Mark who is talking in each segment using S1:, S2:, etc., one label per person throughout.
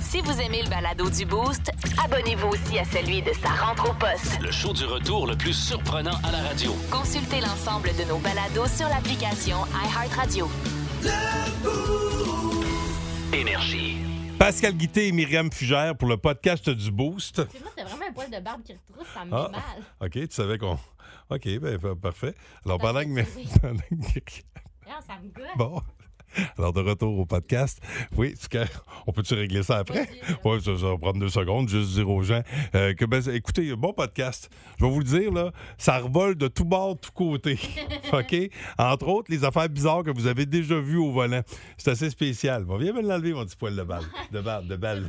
S1: Si vous aimez le balado du Boost, abonnez-vous aussi à celui de sa rentre au poste.
S2: Le show du retour le plus surprenant à la radio.
S1: Consultez l'ensemble de nos balados sur l'application iHeartRadio.
S2: Énergie.
S3: Pascal Guité et Myriam Fugère pour le podcast du Boost.
S4: C'est vrai, t'as vraiment un poil de barbe qui retrousse, ça me
S3: Ah.
S4: fait mal.
S3: OK, tu savais qu'on. OK, ben, pa- parfait. Alors,
S4: Parfait,
S3: pendant que.
S4: oui.
S3: pendant que-
S4: Ah, ça me gosse.
S3: Bon. Alors, de retour au podcast. Oui, tu- on peut-tu régler ça après? Oui, ça, ça va prendre deux secondes, juste dire aux gens euh, que, ben, écoutez, bon podcast. Je vais vous le dire, là, ça revole de tout bord, de tout côté. OK? Entre autres, les affaires bizarres que vous avez déjà vues au volant. C'est assez spécial. Bon, viens me l'enlever, mon petit poil de balle. De balle, de balle.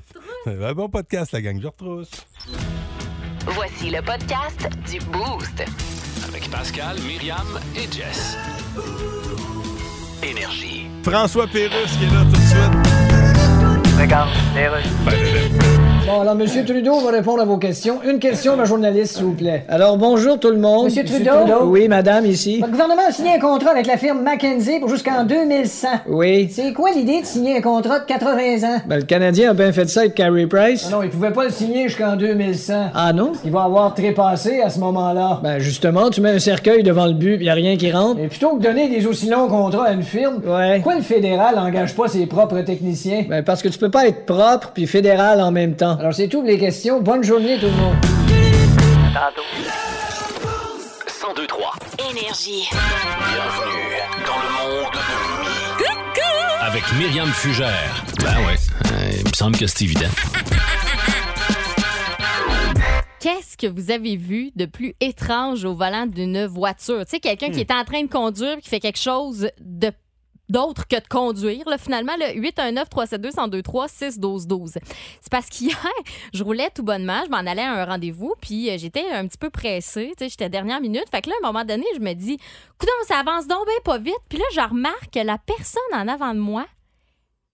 S3: Un bon podcast, la gang. Je retrousse.
S1: Voici le podcast du Boost.
S2: Avec Pascal, Myriam et Jess. Énergie.
S3: François Pérusse qui est là tout de suite.
S5: Bon, alors, M. Trudeau va répondre à vos questions. Une question d'un journaliste, s'il vous plaît. Alors, bonjour tout le monde. M. Trudeau. Oui, madame, ici.
S6: Le gouvernement a signé un contrat avec la firme McKenzie pour jusqu'en 2100.
S5: Oui.
S6: C'est quoi l'idée de signer un contrat de 80 ans?
S5: Ben, le Canadien a bien fait ça avec Carey Price.
S6: Ah Non, il pouvait pas le signer jusqu'en 2100.
S5: Ah non?
S6: Il va avoir trépassé à ce moment-là.
S5: Ben, justement, tu mets un cercueil devant le but, pis y a rien qui rentre.
S6: Et plutôt que donner des aussi longs contrats à une firme,
S5: Ouais.
S6: pourquoi le fédéral n'engage pas ses propres techniciens?
S5: Ben, parce que tu peux pas être propre puis fédéral en même temps.
S6: Alors c'est tout pour les questions. Bonne journée tout le monde.
S2: 1023.
S1: Énergie.
S2: Bienvenue dans le monde de Mi. Avec Myriam Fugère. Ben ouais, euh, il me semble que c'est évident.
S4: Qu'est-ce que vous avez vu de plus étrange au volant d'une voiture? Tu sais, quelqu'un qui est en train de conduire puis qui fait quelque chose de d'autre que de conduire. Là, finalement, le 819-372-1023-612-12. C'est parce qu'hier, je roulais tout bonnement, je m'en allais à un rendez-vous, puis euh, j'étais un petit peu pressée, tu sais, j'étais dernière minute. Fait que là, à un moment donné, je me dis, coudon, ça avance donc bien pas vite. Puis là, je remarque que la personne en avant de moi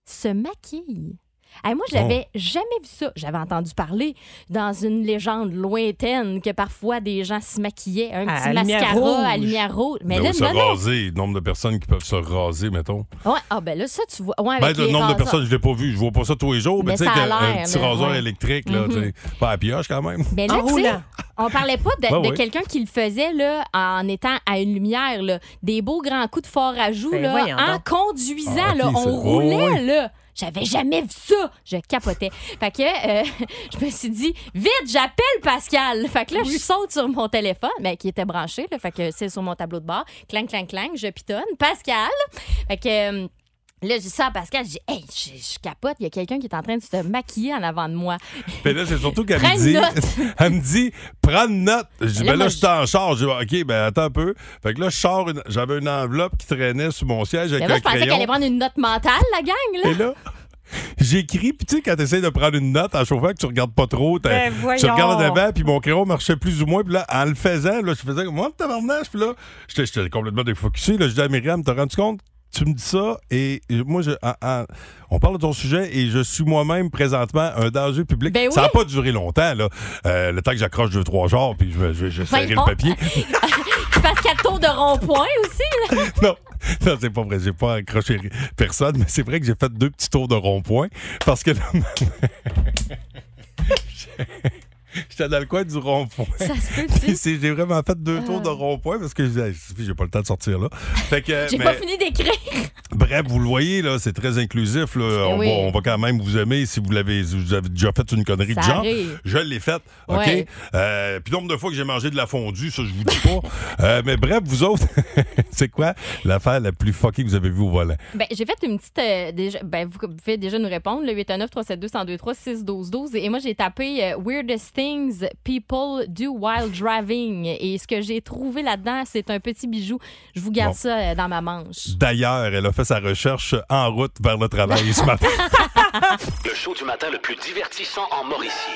S4: se maquille. Hey, moi, je
S3: Oh.
S4: n'avais jamais vu ça. J'avais entendu parler dans une légende lointaine que parfois des gens se maquillaient, un
S5: À
S4: petit
S5: la lumière
S4: mascara à
S5: rouge.
S4: lumière rouge. Mais
S3: Ben
S4: là,
S3: oui, se
S4: non, non.
S3: raser, le nombre de personnes qui peuvent se raser, mettons.
S4: Ouais, ah ben là, ça, tu vois. Ouais,
S3: Ben,
S4: avec
S3: le
S4: les
S3: nombre de
S4: raseurs.
S3: personnes, je l'ai pas vu. Je vois pas ça tous les jours, mais,
S4: Mais
S3: tu sais,
S4: ça a
S3: qu'un- un
S4: l'air,
S3: petit
S4: là,
S3: rasoir
S4: ouais.
S3: électrique, là, tu sais. Pas à pioche quand même.
S4: Mais Ben Ah, oh, là,
S5: En
S4: tu sais,
S5: roulant.
S4: on parlait pas de,
S3: Ben
S4: de
S3: oui.
S4: quelqu'un qui le faisait là, en étant à une lumière, là, des beaux grands coups de fort à joue,
S5: Ben
S4: là,
S5: voyons
S4: en
S5: donc.
S4: conduisant.
S3: Ah,
S4: là,
S3: ok, c'est-
S4: on roulait.
S3: Oh, oui.
S4: là. J'avais jamais vu ça. Je capotais. fait que euh, je me suis dit, vite, j'appelle Pascal. Fait que là, je saute sur mon téléphone, mais qui était branché. Là, fait que c'est sur mon tableau de bord. Clang, clang, clang, je pitonne. Pascal. Fait que. euh, Là, je dis ça à Pascal, je dis, hey, je, je capote, il y a quelqu'un qui est en train de se maquiller en avant de moi.
S3: Mais Ben là, c'est surtout qu'elle me
S4: Prends
S3: dit.
S4: note.
S3: elle me dit, prends une note. Je dis,
S4: Mais
S3: ben
S4: là,
S3: là,
S4: moi,
S3: je suis en charge. Je dis, OK, ben attends un peu. Fait que là, je sors une- J'avais une enveloppe qui traînait sur mon siège avec
S4: Mais Ben moi,
S3: un
S4: je pensais qu'elle
S3: crayon.
S4: allait prendre une note mentale, la gang, là.
S3: Et là. J'écris, puis tu sais, quand t'essayes de prendre une note en chauffant, que tu regardes pas trop, t'as-
S7: Ben,
S3: tu
S7: voyons.
S3: regardes en avant, puis mon crayon marchait plus ou moins, puis là, en le faisant, là, je faisais comme, moi, tabarnage, puis là, j'étais j'étais complètement défocusé, là, je dis à Myriam, t'as rendu compte? Tu me dis ça, et moi, je, en- en- on parle de ton sujet, et je suis moi-même présentement un danger public.
S4: Ben
S3: ça n'a
S4: oui.
S3: pas duré longtemps, là. Euh, le temps que j'accroche deux, trois genres, puis je vais je, vais- je vais serrer le
S4: Voyons.
S3: papier.
S4: Parce qu'à tour de rond-point aussi, là.
S3: Non, non c'est pas vrai. J'ai pas accroché ri- personne, mais c'est vrai que j'ai fait deux petits tours de rond-point parce que là, j'étais dans le coin du rond-point.
S4: Ça se Euh. peut,
S3: Puis
S4: tu sais.
S3: c'est- J'ai vraiment fait deux tours de rond-point parce que je disais, Hey, ça suffit, j'ai pas le temps de sortir là. Fait que,
S4: J'ai
S3: Euh, mais-
S4: pas fini d'écrire.
S3: Bref, vous le voyez, là, c'est très inclusif. là. On,
S4: Eh oui.
S3: va, on va quand même vous aimer si vous l'avez si vous avez déjà fait une connerie
S4: Ça
S3: de genre.
S4: arrive.
S3: Je l'ai faite, OK?
S4: Ouais.
S3: Euh, Puis nombre de fois que j'ai mangé de la fondue, ça, je vous dis pas. Euh, mais bref, vous autres, c'est quoi l'affaire la plus fuckée que vous avez vue au volant?
S4: Ben, j'ai fait une petite. euh, déjà, ben, vous pouvez déjà nous répondre, le 819-372-1023-612-12. Et moi, j'ai tapé euh, Weirdest Things People Do While Driving. Et ce que j'ai trouvé là-dedans, c'est un petit bijou. Je vous garde
S3: Bon.
S4: ça euh, dans ma manche.
S3: D'ailleurs, elle a fait sa recherche en route vers le travail ce matin.
S2: Le show du matin le plus divertissant en Mauricie.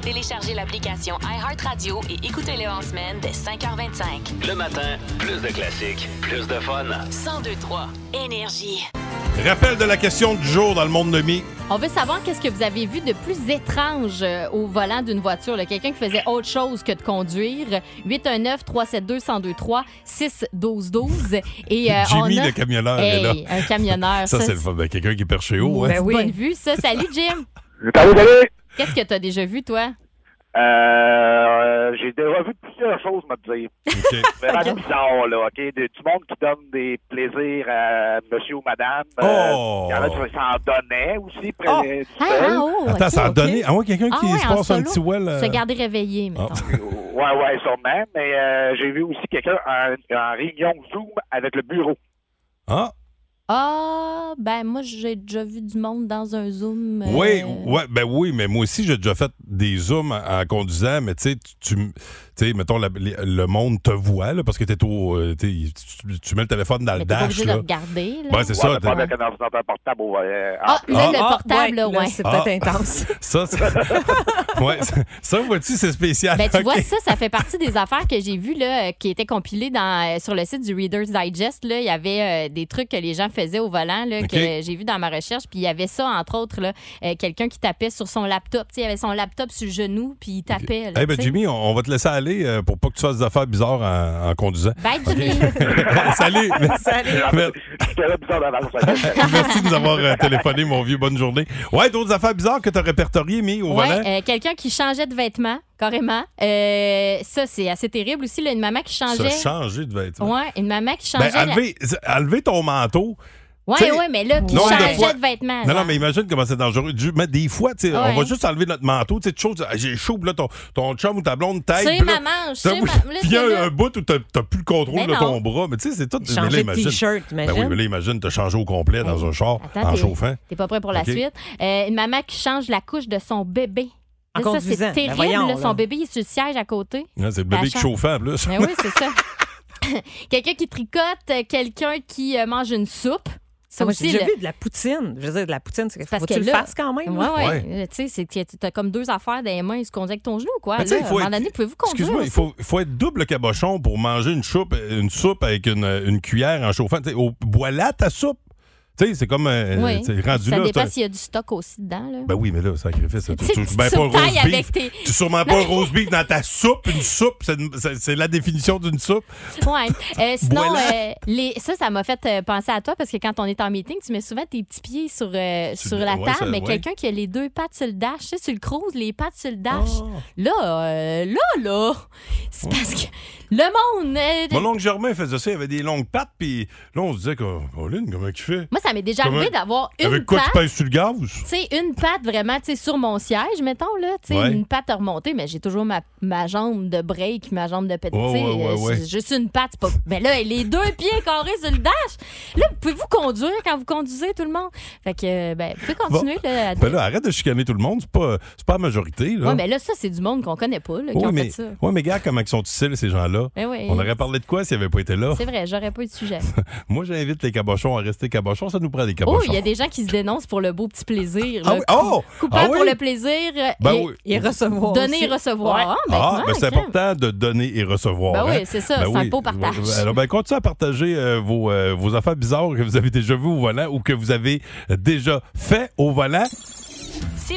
S1: Téléchargez l'application iHeartRadio et écoutez-le en semaine dès 5h25.
S2: Le matin, plus de classiques, plus de fun.
S1: 1023 Énergie.
S3: Rappel de la question du jour dans le monde de mi.
S4: On veut savoir qu'est-ce que vous avez vu de plus étrange euh, au volant d'une voiture. là. Quelqu'un qui faisait autre chose que de conduire. 819-372-1023, 6-12-12. Et euh, on
S3: Jimmy,
S4: a...
S3: le camionneur, est là.
S4: Hey, un camionneur.
S3: Ça, c'est le fun. Ben, Quelqu'un qui perd chez haut. hein.
S4: c'est bonne vue, ça. Salut, Jim.
S7: Salut, salut!
S4: Qu'est-ce que tu as déjà vu, toi?
S7: Euh, j'ai déjà vu plusieurs choses, me dire.
S3: OK.
S7: Vraiment bizarre, là, OK? De- du monde qui donne des plaisirs à monsieur ou madame. euh,
S3: Oh!
S7: Il y en a qui s'en donnaient aussi. près
S3: Oh!
S7: du
S4: Ah,
S7: sel.
S4: ah, oh,
S3: Attends,
S4: ok,
S3: ça a
S4: ok.
S3: donné. Ah ouais, quelqu'un
S4: Ah
S3: qui
S4: ouais,
S3: se
S4: en
S3: passe un
S4: solo.
S3: petit well. euh,
S4: Se garder réveillé, mettons.
S3: Ah.
S7: Ouais, ouais, sûrement. Mais euh, j'ai vu aussi quelqu'un en, en réunion Zoom avec le bureau.
S3: Ah,
S4: Ah, ben moi, j'ai déjà vu du monde dans un Zoom. euh,
S3: Oui, ouais, ben oui, mais moi aussi, j'ai déjà fait des zooms en, en conduisant, mais tu sais, tu- tu m- tu sais, mettons, la- les- le monde te voit, là, parce que t'es au, euh, t'es- tu, tu mets le téléphone dans
S4: Mais
S3: le
S4: t'es pas
S3: dash,
S4: obligé de
S3: là.
S4: regarder. Là.
S3: Ouais, c'est ça.
S7: mais pas
S3: t'es-
S7: avec un ordinateur portable. euh, en
S4: ah,
S7: plus.
S4: là,
S3: Ah,
S4: le
S3: ah,
S4: portable, là, ouais.
S8: C'est
S3: Ah.
S8: peut-être intense.
S3: Ça, c'est- ouais, ça- ça, vois-tu, c'est spécial.
S4: Ben, tu
S3: OK. Eh
S4: vois, ça, ça fait partie des affaires que j'ai vues là, euh, qui étaient compilées dans, euh, sur le site du Reader's Digest. Là. Il y avait euh, des trucs que les gens faisaient au volant là,
S3: OK.
S4: que j'ai vu dans ma recherche. Puis il y avait ça, entre autres, là, euh, quelqu'un qui tapait sur son laptop. Tu sais, il avait son laptop sur le genou, puis il tapait. là,
S3: Eh ben,
S4: tu sais.
S3: Jimmy, on, on va te laisser aller euh, pour pas que tu fasses des affaires bizarres en, en conduisant.
S4: Bye,
S3: OK?
S4: Ben, Jimmy.
S3: Salut!
S8: Salut.
S3: Mer-
S7: J'étais là bizarre d'avance. ouais.
S3: Merci de nous avoir euh, téléphoné, mon vieux. Bonne journée. Ouais, d'autres affaires bizarres que t'as répertoriées, mais au volant?
S4: Ouais, euh, quelqu'un qui changeait de vêtements, carrément. Euh, ça, c'est assez terrible aussi. Là, une maman qui
S3: Se
S4: changeait.
S3: changer de vêtements.
S4: Ouais, une maman qui changeait.
S3: Ben,
S4: la-
S3: enlever, enlever ton manteau. tu
S4: Ouais,
S3: sais,
S4: ouais, mais là, qui
S3: nombre de
S4: changeait
S3: fois-
S4: de vêtements.
S3: Non,
S4: genre.
S3: non, mais imagine comment c'est dangereux. Du- Mais des fois, tu sais,
S4: Ouais.
S3: on va juste enlever notre manteau, tu sais, tu choses. ah, J'ai chaud, puis là, ton, ton chum ou ta blonde taille.
S4: C'est
S3: puis là,
S4: ma manche,
S3: ça-
S4: c'est ma- là,
S3: puis il y a
S4: c'est là.
S3: un bout où t'as t'as plus le contrôle
S4: Ben
S3: de ton
S4: non.
S3: bras. Mais tu sais, c'est tout. mais là,
S8: Changer de
S3: imagine-
S8: t-shirt,
S3: Ben
S8: t'imagines?
S3: oui, mais là, imagine, t'as changé au complet dans un char
S4: Attends,
S3: en
S4: t'es-
S3: chauffant.
S4: T'es pas prêt pour la
S3: OK.
S4: suite. Euh, une maman qui change la couche de son bébé.
S8: En
S4: Là, ça,
S8: conduisant.
S4: c'est
S8: Ben
S4: terrible.
S8: voyons,
S4: là.
S8: là.
S4: Son bébé, il est sur le siège à côté.
S3: Là, Hein, C'est le bébé
S4: La
S3: qui
S4: chance.
S3: chauffait en plus.
S4: Mais oui, c'est ça. quelqu'un qui tricote, euh, quelqu'un qui euh, mange une soupe. Ça
S8: Ah, Moi,
S4: aussi,
S8: j'ai déjà
S4: là.
S8: vu de la poutine. Je veux dire, de la poutine, c'est
S4: Parce
S8: faut que
S4: que
S8: tu le
S4: là-
S8: fasses quand même.
S4: Ouais,
S8: là.
S4: ouais. Euh, Tu sais, c'est que t'as comme deux affaires dans les mains, il se conduit avec ton genou, quoi.
S3: Mais Ben, tu sais,
S4: Là,
S3: il
S4: à un
S3: faut
S4: moment
S3: être-
S4: donné, pouvez-vous conduire?
S3: Excuse-moi, il
S4: aussi?
S3: faut, il faut être double cabochon pour manger une soupe, une soupe avec une, une cuillère en chauffant. Tu sais, au- bois-la ta soupe. Tu sais, c'est comme. euh,
S4: Oui.
S3: tu sais, rendu
S4: Ça
S3: là.
S4: dépend
S3: t'as-
S4: s'il y a du stock aussi dedans, là.
S3: Ben oui, mais là, sacrifice. Tu,
S4: Tu
S3: tu,
S4: sais,
S3: tu,
S4: tu
S3: mets
S4: te
S3: pas le
S4: tailles
S3: roast
S4: avec
S3: beef.
S4: tes-
S3: Tu sûrement pas un roast beef dans ta soupe. Une soupe, c'est, c'est- c'est la définition d'une soupe.
S4: Ouais. Euh, sinon,
S3: Voilà.
S4: euh, les, ça, ça m'a fait euh, penser à toi parce que quand on est en meeting, tu mets souvent tes petits pieds sur, euh,
S3: Sur
S4: sur
S3: le-
S4: la
S3: ouais,
S4: table,
S3: ça-
S4: mais
S3: ouais.
S4: quelqu'un qui a les deux pattes sur le dash, tu sais, sur le cruise, les pattes sur le dash.
S3: Ah.
S4: Là, euh, là, là, c'est parce que le monde. euh,
S3: Mon oncle Germain faisait ça, il avait des longues pattes, puis là, on se disait, que, Pauline, comment tu fais?
S4: moi, ça m'est déjà
S3: Comment-
S4: arrivé d'avoir une
S3: Avec quoi tu
S4: patte.
S3: pèses sur le gaz?
S4: Tu sais, une patte vraiment tu sais, sur mon siège, mettons, là, tu sais,
S3: Ouais.
S4: une patte à remonter, mais j'ai toujours ma, ma jambe de break, ma jambe de pédale.
S3: Ouais,
S4: tu sais,
S3: ouais, ouais,
S4: euh,
S3: ouais.
S4: c'est Juste une patte. c'est Pas... Mais là, les deux pieds carrés sur le dash. Là, pouvez-vous conduire quand vous conduisez, tout le monde? Fait que, euh, ben, vous pouvez continuer. Là, à-
S3: Ben là, arrête de chicaner tout le monde, c'est pas, c'est pas la majorité. Là.
S4: Ouais, mais là, ça, c'est du monde qu'on connaît pas, là, qui
S3: Oui,
S4: ont
S3: mais,
S4: fait ça.
S3: ouais, mais gars, comment ils sont difficiles, ces gens-là?
S4: Ben oui.
S3: On aurait parlé de quoi s'ils n'avaient pas été là?
S4: C'est vrai, j'aurais pas eu de sujet.
S3: Moi, j'invite les cabochons à rester cabochons, ça nous prend des
S4: Oh,
S3: cabochons.
S4: il y a des gens qui se dénoncent pour le beau petit plaisir.
S3: Ah
S4: là.
S3: oui, oh!
S4: Coupable
S3: Ah oui?
S4: pour le plaisir. euh,
S3: Ben
S4: et-
S3: oui.
S8: Et recevoir.
S4: Donner
S8: aussi.
S4: et recevoir. Ah, ben,
S3: Ah, ben, c'est
S4: crème.
S3: important de donner et recevoir.
S4: Ben
S3: hein?
S4: oui, c'est ça,
S3: Ben
S4: c'est un
S3: oui.
S4: beau partage.
S3: Alors, ben, continuez à partager euh, vos, euh, vos affaires bizarres que vous avez déjà vues au volant ou que vous avez euh, déjà fait au volant.
S1: Si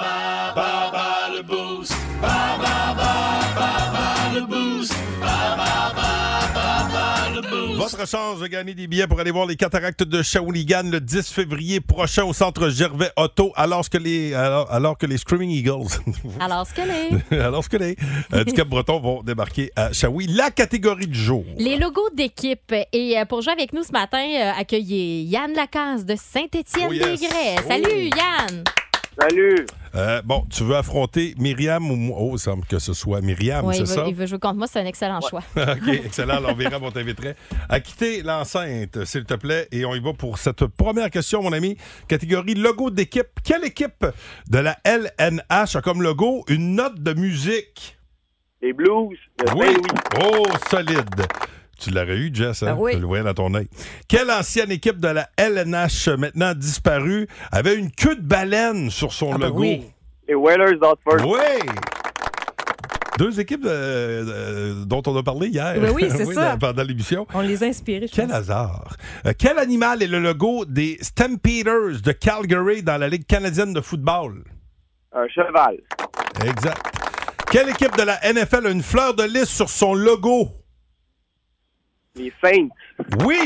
S3: Votre chance de gagner des billets pour aller voir les cataractes de Shawinigan le 10 février prochain au centre Gervais Auto, alors que les, alors, alors que les Screaming Eagles
S4: Alors, ce que les.
S3: alors que les euh, du Cap-Breton vont débarquer à Shawi, la catégorie du jour.
S4: Les logos d'équipe. Et euh, pour jouer avec nous ce matin, euh, accueillez Yann Lacasse de
S3: Oh,
S4: Saint-Étienne-des-Grès.
S3: yes.
S4: Salut, Yann!
S7: Salut!
S3: Euh, bon, tu veux affronter Myriam ou moi? Oh, il semble que ce soit Myriam, Ah,
S4: Ouais,
S3: c'est
S4: il,
S3: ça?
S4: veut, il veut jouer contre moi, c'est un excellent choix.
S3: OK, excellent. Alors, Myriam, on t'inviterait à quitter l'enceinte, s'il te plaît. Et on y va pour cette première question, mon ami. Catégorie logo d'équipe. Quelle équipe de la LNH a comme logo une note de musique?
S7: Les blues, le
S3: Oui. Oh, solide. Tu l'aurais eu, Jess. Hein?
S8: Ah oui.
S3: Je le voyais dans ton œil. Quelle ancienne équipe de la LNH, maintenant disparue, avait une queue de baleine sur son
S8: Ah, ben
S3: logo?
S8: oui.
S7: Les Whalers d'Hartford.
S3: Oui! Deux équipes euh, euh, dont on a parlé hier.
S8: Ben oui, c'est ça.
S3: dans- Pendant l'émission.
S8: On les a inspirés, je
S3: Quel
S8: pense.
S3: hasard. Euh, quel animal est le logo des Stampeders de Calgary dans la Ligue canadienne de football?
S7: Un cheval.
S3: Exact. Quelle équipe de la NFL a une fleur de lys sur son logo?
S7: Les Saints.
S3: Oui!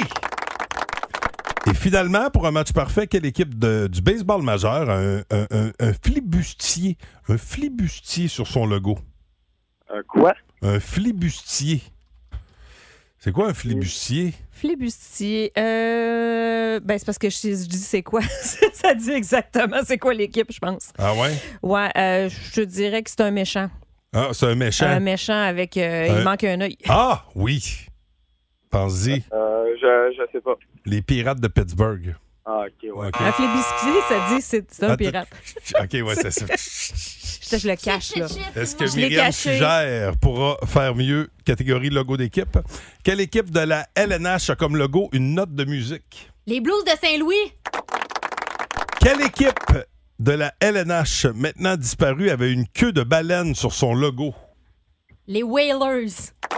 S3: Et finalement, pour un match parfait, quelle équipe de- du baseball majeur a un, un- un- un flibustier? Un flibustier sur son logo.
S7: Un quoi?
S3: Un flibustier. C'est quoi un flibustier?
S8: Flibustier. Euh, ben, c'est parce que je, je dis c'est quoi. ça dit exactement c'est quoi l'équipe, je pense.
S3: Ah ouais?
S8: Ouais, euh, je te dirais que c'est un méchant.
S3: Ah, c'est un méchant.
S8: Un méchant avec. euh,
S3: Un-
S8: Il manque un œil.
S3: Ah oui! Pense-y,
S7: Euh, je, je sais pas.
S3: les pirates de Pittsburgh.
S7: Ah, ok, ouais.
S3: OK,
S8: Un flibustier, ça dit c'est c'est un
S3: Attends.
S8: pirate.
S3: OK, ouais, c'est ça.
S8: Je, je le cache, là.
S3: Est-ce
S8: Je
S3: que
S8: l'ai
S3: Myriam
S8: caché.
S3: Fugère pourra faire mieux catégorie logo d'équipe? Quelle équipe de la LNH a comme logo une note de musique?
S4: Les blues de Saint-Louis.
S3: Quelle équipe de la LNH, maintenant disparue, avait une queue de baleine sur son logo?
S4: Les Whalers.
S3: Ah.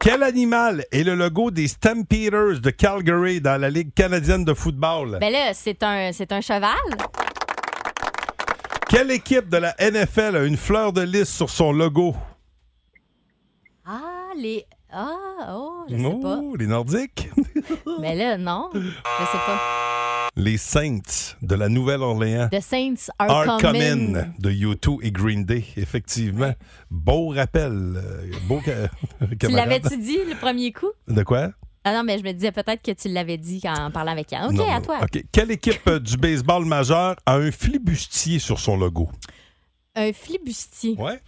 S3: Quel animal est le logo des Stampeders de Calgary dans la Ligue canadienne de football?
S4: Ben là, c'est un, c'est un cheval.
S3: Quelle équipe de la NFL a une fleur de lys sur son logo?
S4: Ah, les. Ah, oh, je sais pas.
S3: Non, les Nordiques.
S4: Mais là, non. Je sais pas.
S3: Les Saints de la Nouvelle-Orléans.
S4: The Saints are,
S3: Are
S4: coming.
S3: Common de U2 et Green Day, effectivement. Beau rappel. euh, Beau ca-
S4: Tu
S3: camarade.
S4: l'avais-tu dit le premier coup?
S3: De quoi?
S4: Ah non, mais je me disais peut-être que tu l'avais dit quand- en parlant avec Yann. OK,
S3: Non,
S4: à
S3: non.
S4: toi.
S3: OK. Quelle équipe euh, du baseball majeur a un flibustier sur son logo?
S4: Un flibustier.
S3: Ouais.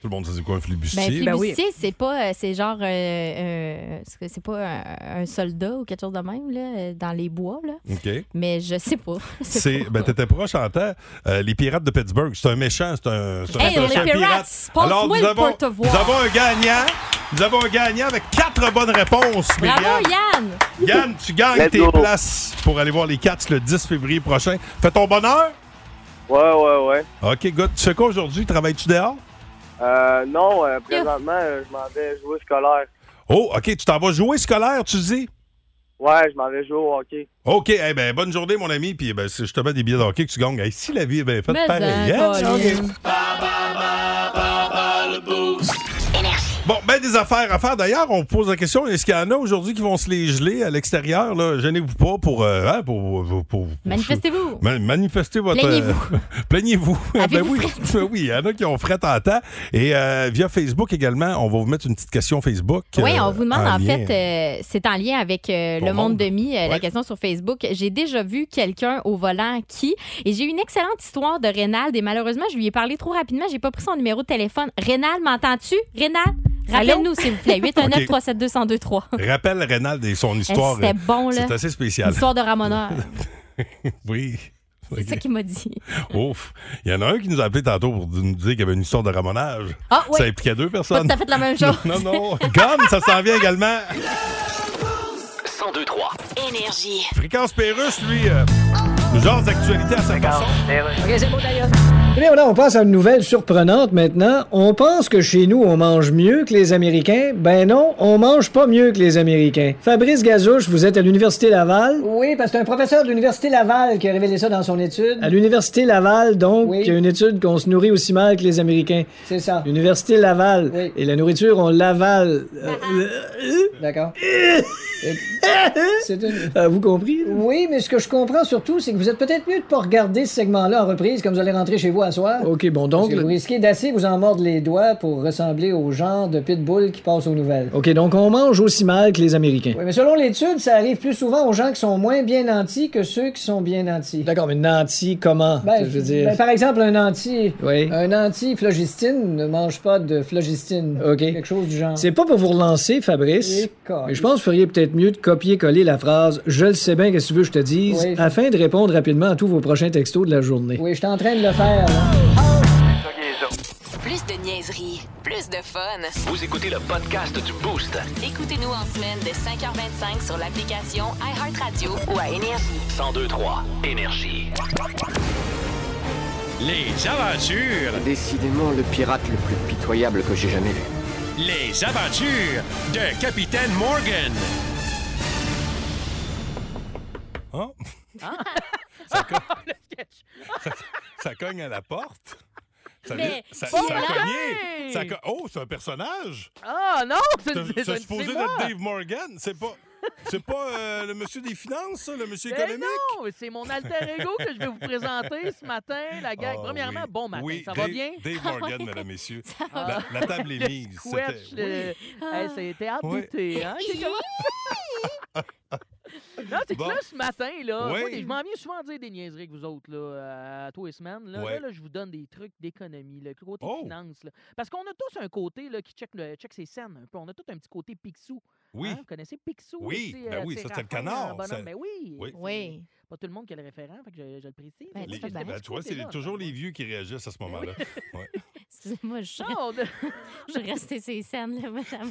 S3: Tout le monde sait c'est quoi un
S4: Ben,
S3: flibustier.
S8: Ben
S4: flibustier, c'est pas. euh, C'est genre. euh, euh, c'est- c'est pas un, un soldat ou quelque chose de même, là, euh, dans les bois, là.
S3: OK.
S4: Mais je sais pas. Je sais
S3: C'est,
S4: pas.
S3: ben, t'étais proche en temps. Euh, les pirates de Pittsburgh, c'est un méchant, c'est un, c'est un-
S4: Hey,
S3: c'est un
S4: les
S3: chien
S4: Pirates,
S3: pirate.
S4: passe-moi
S3: Alors,
S4: le
S3: nous avons,
S4: porte-voix.
S3: nous avons un gagnant. Nous avons un gagnant avec quatre bonnes réponses. Myriam.
S4: Bravo, Yann!
S3: Yann, tu gagnes
S7: Let's
S3: tes
S7: go.
S3: places pour aller voir les Cats le 10 février prochain. Fais ton bonheur.
S7: Ouais, ouais, ouais.
S3: OK, good. Tu fais quoi aujourd'hui? Travailles-tu dehors?
S7: Euh, non, euh, présentement, euh, je m'en vais jouer scolaire.
S3: Oh, OK, tu t'en vas jouer scolaire, tu dis?
S7: Ouais, je m'en vais jouer au hockey.
S3: OK, eh ben, bonne journée, mon ami. Puis, ben, c'est justement des billets de hockey que tu gagnes. Hey, si la vie est bien faite,
S4: Mais
S3: pareil. hein?
S4: hein, Colin.
S1: Énergie.
S3: Bon, ben, des affaires à faire. D'ailleurs, on vous pose la question est-ce qu'il y en a aujourd'hui qui vont se les geler à l'extérieur? là? Gênez-vous pas pour, euh, hein, pour, pour- pour-
S4: Manifestez-vous!
S3: Ma- manifestez votre.
S4: Plaignez-vous.
S3: euh, Plaignez-vous. ben
S4: Avez-vous
S3: oui,
S4: frette?
S3: ben oui, il y en a qui ont fret en temps. Et euh, via Facebook également, on va vous mettre une petite question Facebook.
S4: Oui,
S3: euh,
S4: on vous demande, en,
S3: lien.
S4: fait, euh, c'est en lien avec euh,
S3: Ton
S4: le monde
S3: monde.
S4: de mi, euh, la
S3: Ouais.
S4: question sur Facebook. J'ai déjà vu quelqu'un au volant qui, et j'ai eu une excellente histoire de Rénal, et malheureusement, je lui ai parlé trop rapidement, j'ai pas pris son numéro de téléphone. Rénal, m'entends-tu? Rénal, rappelle-nous, s'il vous plaît, 819 372 1023
S3: Rappelle Rénal et son histoire.
S4: Eh,
S3: euh,
S4: C'était bon, là.
S3: C'est assez spécial.
S4: L'histoire de Ramoneur.
S3: Oui.
S4: C'est ça qu'il m'a dit.
S3: Ouf. Il y en a un qui nous a appelé tantôt pour nous dire qu'il y avait une histoire de ramonage.
S4: Ah,
S3: Ça
S4: oui,
S3: impliquait deux
S4: pas
S3: personnes.
S4: tout à fait la même chose.
S3: Non, non. Gomme, ça s'en vient également.
S1: 1023. Énergie.
S3: Fréquence Pérusse, lui, euh, nous jase d'actualité à sa façon.
S5: Eh bien, voilà, on passe à une nouvelle surprenante maintenant. On pense que chez nous, on mange mieux que les Américains. Ben non, on mange pas mieux que les Américains. Fabrice Gazouche, vous êtes à l'Université Laval.
S6: Oui, parce que c'est un professeur de l'Université Laval qui a révélé ça dans son étude.
S5: À l'Université Laval, donc,
S6: Oui.
S5: il y a une étude qu'on se nourrit aussi mal que les Américains.
S6: C'est ça.
S5: L'Université Laval.
S6: Oui.
S5: Et la nourriture, on l'avale. Euh,
S6: D'accord. C'est une...
S5: euh, vous compris? là?
S6: Oui, mais ce que je comprends surtout, c'est que vous êtes peut-être mieux de pas regarder ce segment-là en reprise comme vous allez rentrer chez vous à soir.
S5: OK, bon,
S6: Parce
S5: donc...
S6: que vous risquez d'assez vous en mordre les doigts pour ressembler au genre de pitbull qui passe aux nouvelles.
S5: OK, donc on mange aussi mal que les Américains.
S6: Oui, mais selon l'étude, ça arrive plus souvent aux gens qui sont moins bien nantis que ceux qui sont bien nantis.
S5: D'accord, mais nanti, comment?
S6: Ben,
S5: je veux dire...
S6: ben, par exemple, un nanti,
S5: oui.
S6: un nanti phlogistine ne mange pas de phlogistine.
S5: OK.
S6: Quelque chose du genre.
S5: C'est pas pour vous relancer, Fabrice.
S6: École.
S5: Mais je pense que vous feriez peut-être mieux de copier-coller la phrase Je le sais bien, qu'est-ce que tu veux que je te dise,
S6: Oui, je-
S5: afin de répondre rapidement à tous vos prochains textos de la journée.
S6: Oui, je suis en train de le faire. là.
S1: Plus de de niaiserie, plus de fun.
S2: Vous écoutez le podcast du Boost.
S1: Écoutez-nous en semaine de 5h25 sur l'application iHeartRadio ou à Énergie.
S2: 1023 Énergie.
S9: Les aventures,
S10: Décidément le pirate le plus pitoyable que j'ai jamais vu.
S9: les aventures de Capitaine Morgan.
S3: Ah. ça, cogne... ça, ça cogne à la porte. Ça,
S4: Mais
S3: ça,
S4: c'est
S3: ça
S4: vrai!
S3: a cogné. Ça a co- Oh, c'est un personnage.
S8: Ah non! C'est
S3: T'as-
S8: c'est-
S3: T'as
S8: c'est
S3: supposé
S8: moi.
S3: d'être Dave Morgan. C'est pas, c'est pas euh, le monsieur des finances, ça, le monsieur
S8: Ben
S3: économique.
S8: non, c'est mon alter ego que je vais vous présenter ce matin, la gang.
S3: Ah,
S8: Premièrement,
S3: oui.
S8: bon matin,
S3: Oui,
S8: ça va
S3: Dave-
S8: bien? Ah
S3: Dave Morgan, mesdames, messieurs. La, la table est
S8: Le
S3: mise.
S8: squash,
S3: C'était-
S8: le-
S4: Ah.
S8: Hey, c'était habité, hein? Non, c'est
S3: Bon.
S8: que là, ce matin, là,
S3: Oui.
S8: moi, des- je m'en viens souvent dire des niaiseries que vous autres, là, euh, à tous les semaines. Là,
S3: Ouais.
S8: Là, là, je vous donne des trucs d'économie, le côté
S3: Oh.
S8: finance. là. Parce qu'on a tous un côté là, qui check, le, check ses scènes un peu. On a tous un petit côté Picsou.
S3: Oui.
S8: hein? Vous connaissez Picsou?
S3: Oui,
S8: tu sais,
S3: ben
S8: euh,
S3: oui,
S8: tu sais,
S3: ça, c'est le
S8: Raphaël,
S3: canard,
S8: bonhomme.
S3: ça-
S8: Ben oui.
S3: Oui.
S4: Oui.
S8: Pas tout le monde qui a le référent, fait que je, je le précise.
S4: Ben,
S8: mais
S3: Les-
S4: c'est bien.
S8: j'avais
S3: ben,
S8: ce
S3: tu vois, c'est les-
S8: côté-là,
S3: toujours
S8: dans
S3: les vieux qui réagissent à ce moment-là. Ouais.
S4: Excusez-moi, je,
S8: le fond. Non, on a-
S4: je restais ces scènes, là, madame.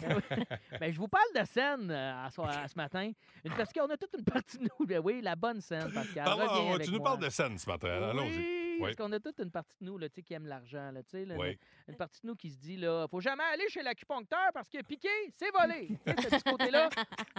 S8: Ben, je vous parle de scène euh, à, so- à ce matin. Une- Parce qu'on a toute une partie de nous. Ben oui, la bonne scène, Pascal.
S3: Parlons-
S8: Reviens
S3: on-
S8: avec
S3: tu nous
S8: moi.
S3: parles de scène ce matin. hein? Allons-y.
S8: Oui,
S3: Oui.
S8: parce qu'on a toute une partie de nous là, tu sais, qui aime l'argent. Là, tu sais, là,
S3: Oui.
S8: une, une partie de nous qui se dit là, faut jamais aller chez l'acupuncteur parce que piquer, c'est volé. Tu sais, ce petit côté-là,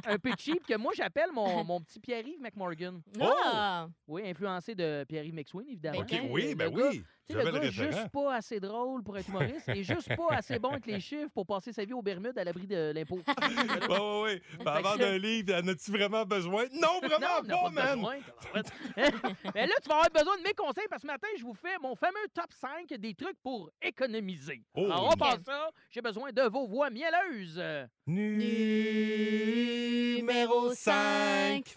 S8: un peu cheap, que moi j'appelle mon, mon petit Pierre-Yves McMorgan.
S3: Oh!
S4: Ah!
S8: Oui, influencé de Pierre-Yves McSween, évidemment.
S3: OK,
S4: Ben,
S3: oui, ben
S8: Le gars, tu
S3: oui.
S8: sais,
S3: J'avais
S8: le
S3: le
S8: gars est juste
S3: référent.
S8: pas assez drôle pour être humoriste et juste pas assez bon avec les chiffres pour passer sa vie aux Bermudes à l'abri de l'impôt.
S3: Oui, oui, oui. Ben, avant
S8: que-
S3: d'un livre, en as-tu vraiment besoin? Non, vraiment
S8: on
S3: pas,
S8: n'a pas
S3: man!
S8: besoin, tabarouette. Mais Ben là, tu vas avoir besoin de mes conseils parce que ce matin, je vous fais mon fameux top 5 des trucs pour économiser.
S3: Oh.
S8: Alors, on passe ça. J'ai besoin de vos voix mielleuses. Euh,
S3: Numéro
S4: cinq.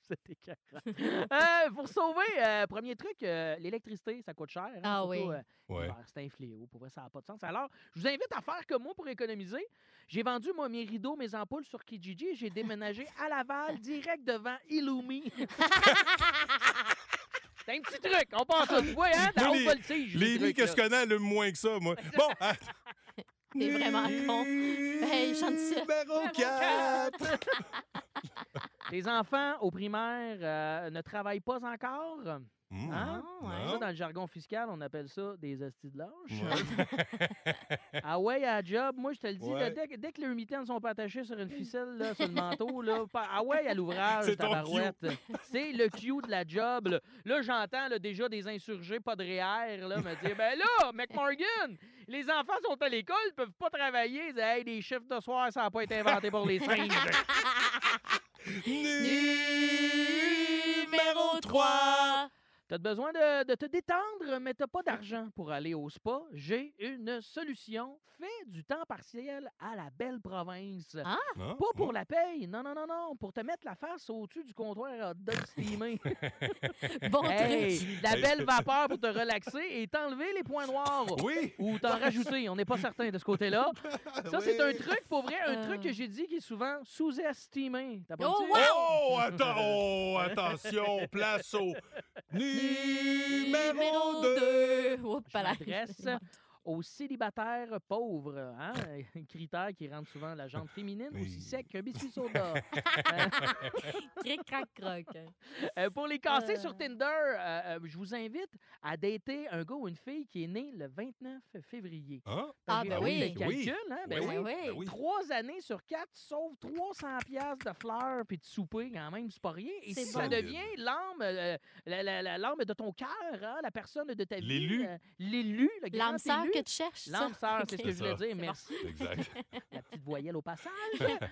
S8: C'était écœurant. Euh, pour sauver, euh, premier truc, euh, l'électricité, ça coûte cher. hein,
S4: Ah
S8: surtout,
S4: oui.
S8: euh,
S3: Ouais.
S8: l'hiver, C'est un fléau. Pour vrai, ça n'a pas de sens. Alors, je vous invite à faire comme moi pour économiser. J'ai vendu, moi, mes rideaux, mes ampoules sur Kijiji et j'ai déménagé à Laval, direct devant Illumi. C'est un petit truc. On pense à toi, hein? La
S3: Moi,
S8: haute
S3: les-
S8: voltige.
S3: Les
S8: trucs,
S3: nuits que je
S8: là.
S3: connais allument moins que ça, moi. Bon, ah,
S4: T'es vraiment
S3: Mmh.
S4: con. Ben, chante ça.
S3: numéro 4!
S8: Les enfants au primaire euh, ne travaillent pas encore.
S3: Hmm.
S8: Hein?
S3: ouais.
S8: Ça, dans le jargon fiscal, on appelle ça des hosties de lâche.
S3: Ouais.
S8: Ah ouais, à job, moi je te le dis, là,
S3: Ouais.
S8: dès, que- dès que les mitaines ne sont pas attachées sur une ficelle, là, sur le manteau, là, pa- ah ouais, à l'ouvrage,
S3: C'est ton
S8: tabarouette. C'est le cue de la job. Là, Là, j'entends là, déjà des insurgés, pas de REER, là, me dire Ben là, McMorgan, les enfants sont à l'école, ils peuvent pas travailler. Ils disent, Hey, les chiffres de soir, ça n'a pas été inventé pour les singes.
S4: Numéro 3.
S8: T'as besoin de, de te détendre, mais t'as pas d'argent pour aller au spa. J'ai une solution. Fais du temps partiel à la belle province.
S3: Hein?
S8: Pas pour la paye, non, non, non, non, pour te mettre la face au-dessus du comptoir à hot dog steamé.
S4: Bon
S8: hey,
S4: truc.
S8: de la belle vapeur pour te relaxer et t'enlever les points noirs.
S3: Oui!
S8: Ou t'en rajouter, on n'est pas certain de ce côté-là. Ça, c'est un truc, pour vrai, un
S4: Euh.
S8: truc que j'ai dit qui est souvent sous-estimé. T'as pas
S4: Oh,
S8: dit?
S4: wow!
S3: Oh, atten- oh, attention, place au numéro 2!
S4: 2. Oups,
S8: Je
S4: là.
S8: m'adresse aux célibataires pauvres, hein? un critère qui rend souvent la jambe féminine
S3: Oui.
S8: aussi sec qu'un biscuit soda.
S4: Cric, crac, croc.
S8: Euh, pour les casser sur
S4: Euh.
S8: Tinder, euh, euh, je vous invite à dater un gars ou une fille qui est né le 29 février.
S3: Hein?
S4: Ah,
S8: J'ai
S4: ben
S8: fait
S4: oui.
S8: le calcul, hein? Ben
S4: Ben
S8: oui.
S4: oui.
S3: ben oui.
S8: Trois années sur quatre, sauf 300 piastres de fleurs puis de souper quand même, c'est pas rien. Et
S4: C'est
S8: si
S4: bon.
S8: ça devient l'âme euh, la- la- la- l'âme de ton cœur, hein, la personne de ta vie.
S3: L'élu.
S8: euh, L'élu. le grand
S4: L'âme sœur
S8: élu.
S4: que tu cherches. ça?
S8: L'âme sœur, c'est ce
S4: Ok.
S8: que je
S3: C'est
S8: voulais
S3: ça.
S8: dire.
S4: bon.
S8: Merci.
S3: Exact.
S8: La petite voyelle au passage.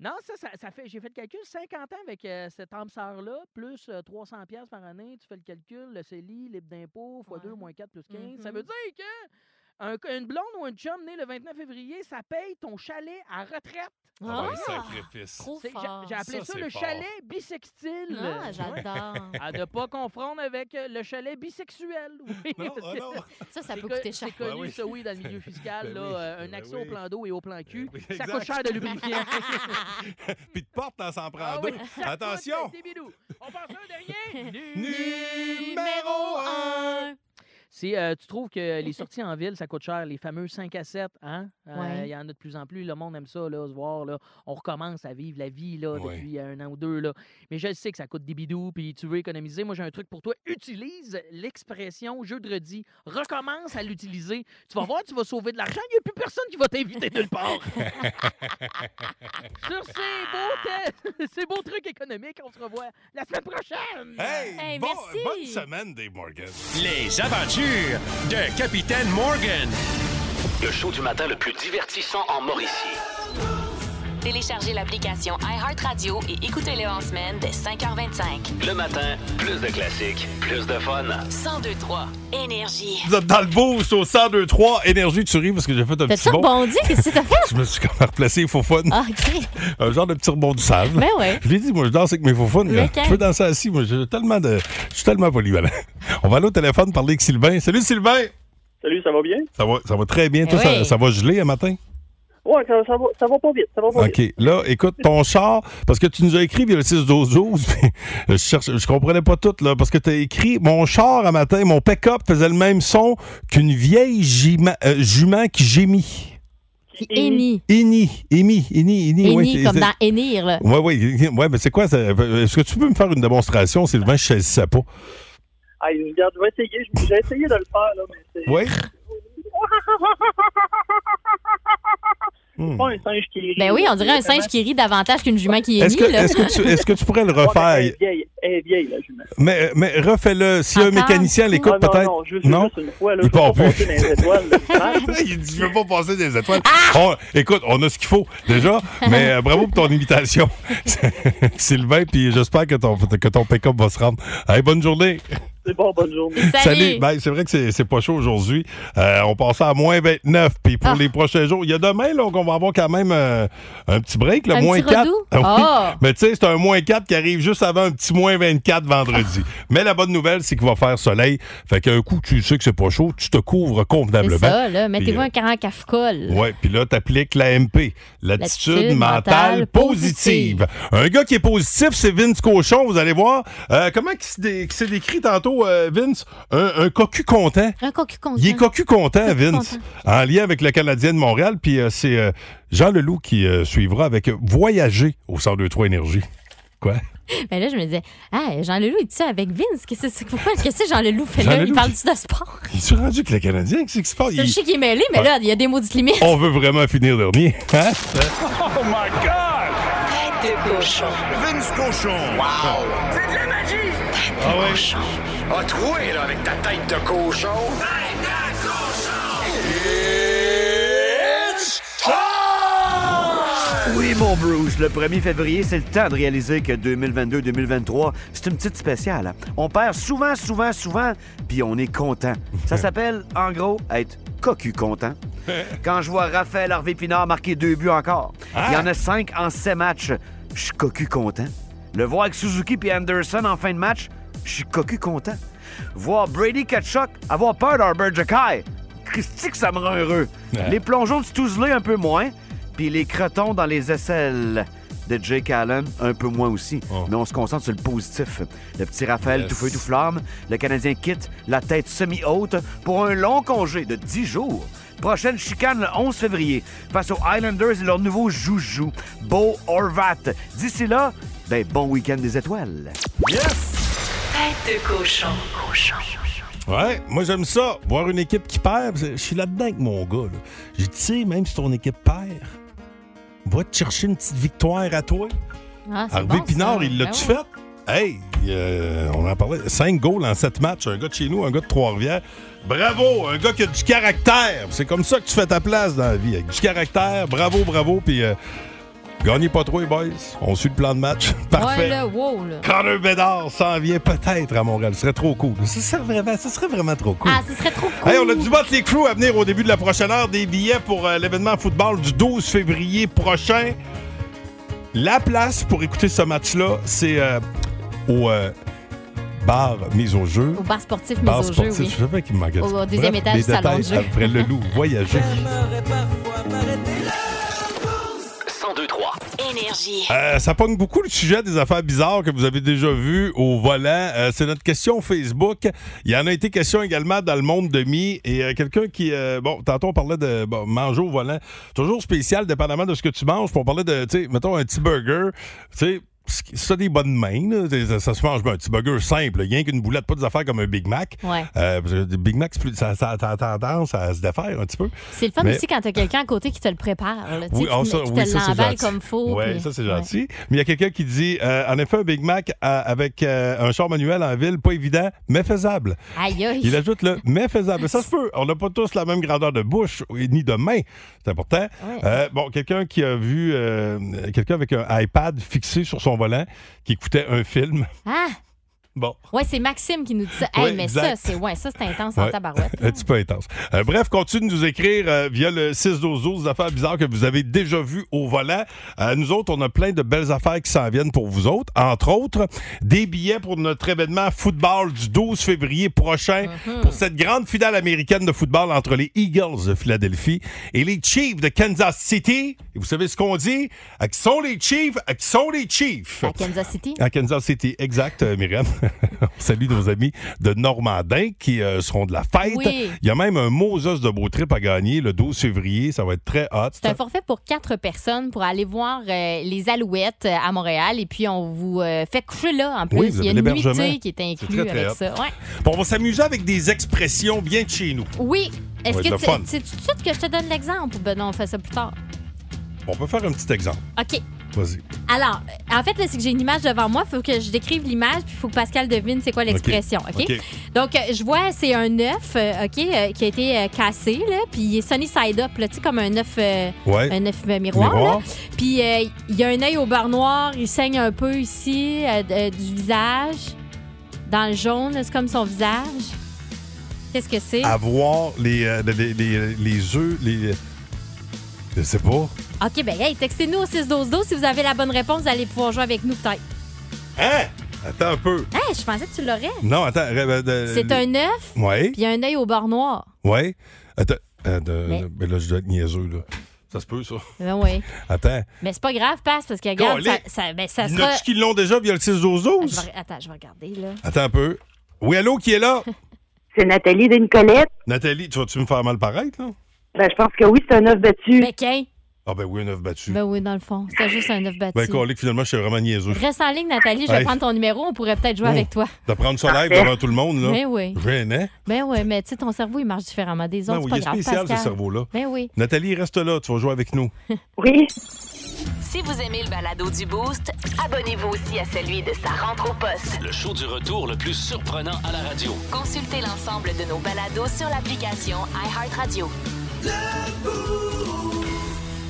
S8: Non, ça, ça, ça fait, j'ai fait le calcul, 50 ans avec euh, cette âme sœur-là, plus euh, 300 pièces par année, tu fais le calcul, le CELI, libre d'impôt, x 2,
S4: Ouais.
S8: moins 4, plus 15. Ça
S4: Mhm.
S8: veut dire que un- une blonde ou un chum né le 29 février, ça paye ton chalet à retraite.
S3: Ah,
S4: Ah,
S3: ben, sacrifice.
S4: trop
S8: C'est- j'ai-
S4: fort.
S8: J'ai appelé ça,
S3: Ça, c'est
S8: le
S3: fort.
S8: chalet bisextile.
S4: Ah, j'adore.
S8: à ne pas confondre avec euh, le chalet bisexuel. Oui,
S3: Non,
S8: parce
S3: oh
S8: que-
S3: non!
S4: Ça, ça
S8: c'est
S4: peut
S8: co-
S4: coûter cher.
S8: C'est connu,
S3: Ben oui.
S8: ça, oui, dans le milieu fiscal.
S3: Ben
S8: là,
S3: oui.
S8: euh, un
S3: Ben
S8: accès au
S3: oui.
S8: plan d'eau et au plan cul.
S3: Ben oui,
S8: ça
S3: exact.
S8: coûte cher de lubrifier.
S3: Puis de porte, t'en s'en prend
S8: Ah oui,
S3: deux.
S8: ça
S3: Attention!
S8: coûte des bidous. On passe à un dernier.
S3: Numéro 1!
S8: C'est Si euh, tu trouves que les sorties en ville, ça coûte cher, les fameux 5 à 7, hein? Euh, Il
S4: Ouais.
S8: y en a de plus en plus. Le monde aime ça, là, se voir. Là. On recommence à vivre la vie là,
S3: Ouais.
S8: depuis un an ou deux. Là. Mais je sais que ça coûte des bidous, puis tu veux économiser. Moi, j'ai un truc pour toi. Utilise l'expression jeudi. Recommence à l'utiliser. Tu vas voir, tu vas sauver de l'argent. Il n'y a plus personne qui va t'inviter nulle part. Sur ces beaux, te- ces beaux trucs économiques, on se revoit la semaine prochaine.
S3: Hey,
S4: Hey,
S3: bon-
S4: merci.
S3: bonne semaine, Dave Morgan.
S9: Les aventures de Capitaine Morgan.
S2: Le show du matin le plus divertissant en Mauricie.
S1: Téléchargez l'application iHeartRadio et écoutez-le en semaine dès 5h25.
S2: Le matin, plus de classiques, plus de fun.
S1: 1023 Énergie.
S3: Vous êtes dans le boost au 102-3 Énergie. Tu ris parce que j'ai fait un
S4: T'as-tu
S3: petit bond.
S4: rebondi? Qu'est-ce que t'as fait?
S3: Je me suis comme replacé les faux fun.
S4: Ah, OK.
S3: Un genre de petit rebondissage.
S4: Ben ouais.
S3: Je l'ai dit, moi, je danse avec mes faux fun.
S4: Lequel?
S3: Je peux danser assis. Moi, j'ai tellement de... je suis tellement polyvalent. On va aller au téléphone parler avec Sylvain. Salut, Sylvain!
S11: Salut, ça va bien?
S3: Ça va, ça va très bien.
S4: Eh
S3: Toi, ça,
S4: oui.
S3: ça va geler un matin?
S11: Ouais, ça, ça va, ça va pas vite, ça va pas vite.
S3: OK. Là, écoute, ton char, parce que tu nous as écrit via le 6-12-12, puis je, cherche- je comprenais pas tout, là, parce que tu as écrit Mon char à matin, mon pick-up faisait le même son qu'une vieille gima- euh, jument qui gémit.
S4: Qui hennit.
S3: Ini, Ini, Ini, Ini. ouais,
S4: Hennit,
S3: c'est-
S4: comme
S3: c'est-
S4: dans hennir, là.
S3: Ouais, ouais, ouais, mais c'est quoi ça? Est-ce que tu peux me faire une démonstration, Sylvain? Je ne sais pas.
S11: Ah, regarde, je vais essayer, je- j'ai essayé de le faire, là, mais c'est
S3: Oui? Hmm.
S11: pas un singe qui rit.
S4: Ben oui, on dirait un singe qui rit davantage qu'une jument qui hennit,
S3: Est-ce que,
S4: là.
S3: est-ce que, tu- est-ce que tu pourrais le
S11: Ouais, mais Elle
S3: refaire?
S11: est vieille, eh. elle est vieille, la jument.
S3: Mais, mais refais-le. Si un
S4: Attends.
S3: mécanicien l'écoute,
S11: Ah, non,
S3: peut-être.
S11: non, juste,
S3: Non?
S11: juste une fois, là,
S3: Il
S11: je vais pas
S3: part plus.
S11: passer dans les étoiles. là. Ah,
S3: Il dit, je veux pas passer des étoiles. On- Ah! Oh, écoute, on a ce qu'il faut déjà, mais euh, bravo pour ton imitation, Sylvain, puis j'espère que ton, que ton pick-up va se rendre. Allez, bonne journée.
S11: c'est bon, bonne journée.
S4: Salut!
S3: Ben, c'est vrai que c'est- c'est pas chaud aujourd'hui. Euh, on passe à moins 29, puis pour
S4: Ah.
S3: les prochains jours, il y a demain là, qu'on va avoir quand même euh, un petit break, le
S4: Un
S3: moins
S4: petit
S3: 4.
S4: redout?
S3: Ah oui.
S4: Ah.
S3: Mais tu sais, c'est un moins 4 qui arrive juste avant un petit moins 24 vendredi. Mais la bonne nouvelle, c'est qu'il va faire soleil. Fait qu'un coup, tu sais que c'est pas chaud, tu te couvres
S4: C'est
S3: convenablement.
S4: ça, là. Mettez-vous
S3: euh,
S4: un caran cafcol.
S3: Oui, puis là, t'appliques l'AMP, l'attitude
S4: L'attitude
S3: mentale
S4: mentale
S3: positive. Un gars qui est positif, c'est Vince Cochon, vous allez voir. Euh, comment il se dé- qu'il s'est décrit tantôt, euh, Vince? Un, un cocu content.
S4: Un cocu Ah, content.
S3: Il est cocu content,
S4: Cocu
S3: Vince,
S4: content.
S3: en lien avec le Canadien de Montréal. Puis euh, c'est euh, Jean Leloup qui euh, suivra avec Voyager au 102.3 Énergie. Quoi?
S4: Mais là, je me disais, ah, Jean Leloup, est-tu avec Vince? Qu'est-ce que c'est? Pourquoi qu'est-ce que Jean Leloup fait
S3: Jean
S4: là?
S3: Leloup,
S4: Il parle-tu de sport?
S3: Il est rendu avec le Canadien? Qu'est-ce qui se passe?
S4: Je
S3: Il-
S4: sais qu'il est mêlé, mais là, il y a des maudites limites.
S3: On veut vraiment finir dernier. Hein?
S1: Tête de cochon.
S9: Vince Cochon.
S3: Ah ouais.
S9: A troué, là, avec ta tête de cochon. Tête de cochon!
S12: Oui, mon Bruce, le 1er février, c'est le temps de réaliser que 2022-2023, c'est une petite spéciale. hein. On perd souvent, souvent, souvent, puis on est content. Ça s'appelle, en gros, être cocu content. Quand je vois Raphaël Harvey Pinard marquer deux buts encore, il y en a cinq en sept matchs, je suis cocu content. Le voir avec Suzuki puis Anderson en fin de match, je suis cocu content. Voir Brady Ketchuk avoir peur d'Arbor Jacky, Christy que ça me rend heureux. Les plongeons de Stoozley un peu moins, puis les crotons dans les aisselles de Jake Allen un peu moins aussi. Mais on se concentre sur le positif. Le petit Raphaël
S3: Yes.
S12: tout feu tout flamme, le Canadien quitte la tête semi-haute pour un long congé de 10 jours. Prochaine chicane le 11 février face aux Islanders et leur nouveau joujou, Beau Horvat. D'ici là, ben bon week-end des étoiles.
S1: Tête de cochon. Cochon.
S3: Ouais, moi j'aime ça. Voir une équipe qui perd, je suis là-dedans avec mon gars. là. J'ai dit, tu sais, même si ton équipe perd, va te chercher une petite victoire à toi.
S4: Ah, c'est
S3: Harvey
S4: bon,
S3: Pinard,
S4: ça.
S3: il l'a-tu
S4: Ben
S3: fait? Hey, euh, on en parlait. Cinq goals en sept matchs. Un gars de chez nous, un gars de Trois-Rivières. Bravo, un gars qui a du caractère. C'est comme ça que tu fais ta place dans la vie. Avec du caractère, bravo, bravo. Puis euh, gagnez pas trop, les boys. On suit le plan de match.
S4: ouais.
S3: Parfait.
S4: Ouais, là, wow, là.
S3: Connor Bédard s'en vient peut-être à Montréal. Ce serait trop cool. Ce serait vraiment, ce serait vraiment trop cool.
S4: Ah, ce serait trop cool.
S3: Hey, on a du battre les crews à venir au début de la prochaine heure. Des billets pour euh, l'événement football du 12 février prochain. La place pour écouter ce match-là, c'est euh, au euh, bar mise au jeu.
S4: Au bar sportif, mais
S3: Bar
S4: au jeu,
S3: sportif,
S4: oui.
S3: je savais qu'il me manquait.
S4: Au
S3: ça.
S4: deuxième
S3: Bref,
S4: étage
S3: les
S4: du salon
S3: détails
S4: de jeu.
S3: après le loup voyager.
S2: 102-3.
S1: Énergie.
S3: Euh, ça pogne beaucoup le sujet des affaires bizarres que vous avez déjà vues au volant. Euh, c'est notre question Facebook. Il y en a été question également dans le monde de mi. Et euh, quelqu'un qui. euh, bon, tantôt, on parlait de bon, manger au volant. Toujours spécial, dépendamment de ce que tu manges. Puis on parlait de, tu sais, mettons un petit burger. Tu sais, c'est ça des bonnes mains. là. C'est- Ça, ça se mange bien. Un petit burger simple, rien qu'une boulette, pas des affaires comme un Big Mac.
S4: Ouais.
S3: Euh, parce que des Big Mac, c'est plus- ça, ça, ça a tendance à se défaire un petit peu.
S4: C'est le fun
S3: Mais-
S4: aussi quand t'as quelqu'un à côté qui te le prépare, là, tu sais,
S3: ah,
S4: qui, te- qui te
S3: oui, ça, c'est
S4: l'emballe
S3: gentil.
S4: comme faut.
S3: Ouais,
S4: puis-
S3: ça, c'est
S4: ouais.
S3: gentil. Mais il y a quelqu'un qui dit euh, en effet, un Big Mac euh, avec euh, un char manuel en ville, pas évident, mais faisable.
S4: Aïe, aïe.
S3: Il ajoute le mais faisable. Ça se peut. On n'a pas tous la même grandeur de bouche et ni de main. C'est important. Euh, bon, quelqu'un qui a vu euh, quelqu'un avec un iPad fixé sur son volant qui écoutait un film.
S4: Ah!
S3: Bon.
S4: Ouais, c'est Maxime qui nous dit ça. Hey,
S3: Ouais,
S4: mais
S3: exact.
S4: ça, c'est ouais, ça, c'est intense en
S3: Ouais.
S4: tabarouette.
S3: Un petit peu intense. Euh, bref, continue de nous écrire euh, via le 6-12-12 des affaires bizarres que vous avez déjà vues au volant. Euh, nous autres, on a plein de belles affaires qui s'en viennent pour vous autres. Entre autres, des billets pour notre événement football du 12 février prochain
S4: Mm-hmm.
S3: pour cette grande finale américaine de football entre les Eagles de Philadelphie et les Chiefs de Kansas City. Et vous savez ce qu'on dit? À qui sont les Chiefs? À qui sont les Chiefs?
S4: À Kansas City?
S3: À Kansas City, exact, euh, Myriam. On salue nos amis de Normandin qui euh, seront de la fête.
S4: Oui.
S3: Il y a même un Moses de Beau Trip à gagner le 12 février. Ça va être très hot.
S4: C'est un forfait pour quatre personnes pour aller voir euh, les Alouettes euh, à Montréal et puis on vous euh, fait coucher là en plus.
S3: Oui, vous
S4: Il y a
S3: avez
S4: une
S3: l'hébergement.
S4: nuitée qui est inclue
S3: C'est très, très
S4: avec
S3: hot.
S4: ça. Ouais.
S3: Bon, on va s'amuser avec des expressions bien de chez nous.
S4: Oui. Est-ce
S3: Ouais,
S4: que
S3: le
S4: tu
S3: fun.
S4: c'est tout de suite que je te donne l'exemple? ou Ben non, on fait ça plus tard.
S3: On peut faire un petit exemple.
S4: OK.
S3: Vas-y.
S4: Alors, euh, en fait, là, c'est que j'ai une image devant moi. Il faut que je décrive l'image, puis il faut que Pascal devine c'est quoi l'expression. OK?
S3: OK.
S4: Donc, euh, je vois, c'est un œuf, euh, OK, euh, qui a été euh, cassé, là, puis il est sunny side up, là, tu sais, comme un œuf, euh,
S13: Ouais.
S4: un œuf euh, miroir.
S13: Miroir.
S4: là. Puis euh, il y a un œil au beurre noir, il saigne un peu ici, euh, euh, du visage. Dans le jaune, c'est comme son visage. Qu'est-ce que c'est?
S3: Avoir les, euh, les, les, les œufs, les. Je sais pas.
S4: OK, ben, hey, textez-nous au 612 Si vous avez la bonne réponse, vous allez pouvoir jouer avec nous, peut-être.
S3: Hein? Attends un peu.
S4: Hein, je pensais que tu l'aurais.
S3: Non, attends. euh, euh,
S4: C'est un œuf,
S3: Ouais.
S4: puis il y a un œil au bord noir.
S3: Ouais. Attends. euh, de-
S4: Mais-
S3: ben là, je dois être niaiseux, là. Ça se peut, ça.
S4: Ben oui.
S3: Attends.
S4: Mais c'est pas grave, passe, parce que regarde, ça,
S3: Golly!
S4: ça, ben, ça
S3: Il y en
S4: sera.
S3: a-tu qui l'ont déjà via le 6 12
S4: Je vais- Attends, je vais regarder, là.
S3: Attends un peu. Oui, allô, qui est là?
S14: C'est Nathalie de Nicolette.
S3: Nathalie, tu vas-tu me faire mal paraître, là?
S14: Ben, je pense que oui, c'est un œuf battu.
S4: Pékin.
S3: Ah ben oui, un œuf battu.
S4: Ben oui, dans le fond. C'était juste un œuf battu.
S3: Ben, collé, finalement, je suis vraiment niaiseux.
S4: Reste en ligne, Nathalie. Je vais
S3: Hey.
S4: prendre ton numéro. On pourrait peut-être jouer
S3: Oh.
S4: avec toi.
S3: De prendre ça live
S4: Parfait.
S3: devant tout le monde, là.
S4: Ben oui.
S3: Gênant.
S4: Ben oui, mais tu sais, ton cerveau, il marche différemment des
S3: Non,
S4: autres.
S3: Ben oui, il est
S4: c'est pas grave.
S3: spécial,
S4: Pascal.
S3: ce cerveau-là.
S4: Ben oui.
S3: Nathalie, reste là, tu vas jouer avec nous.
S14: Oui.
S1: Si vous aimez le balado du Boost, abonnez-vous aussi à celui de sa rentre au poste.
S2: Le show du retour le plus surprenant à la radio.
S1: Consultez l'ensemble de nos balados sur l'application iHeartRadio.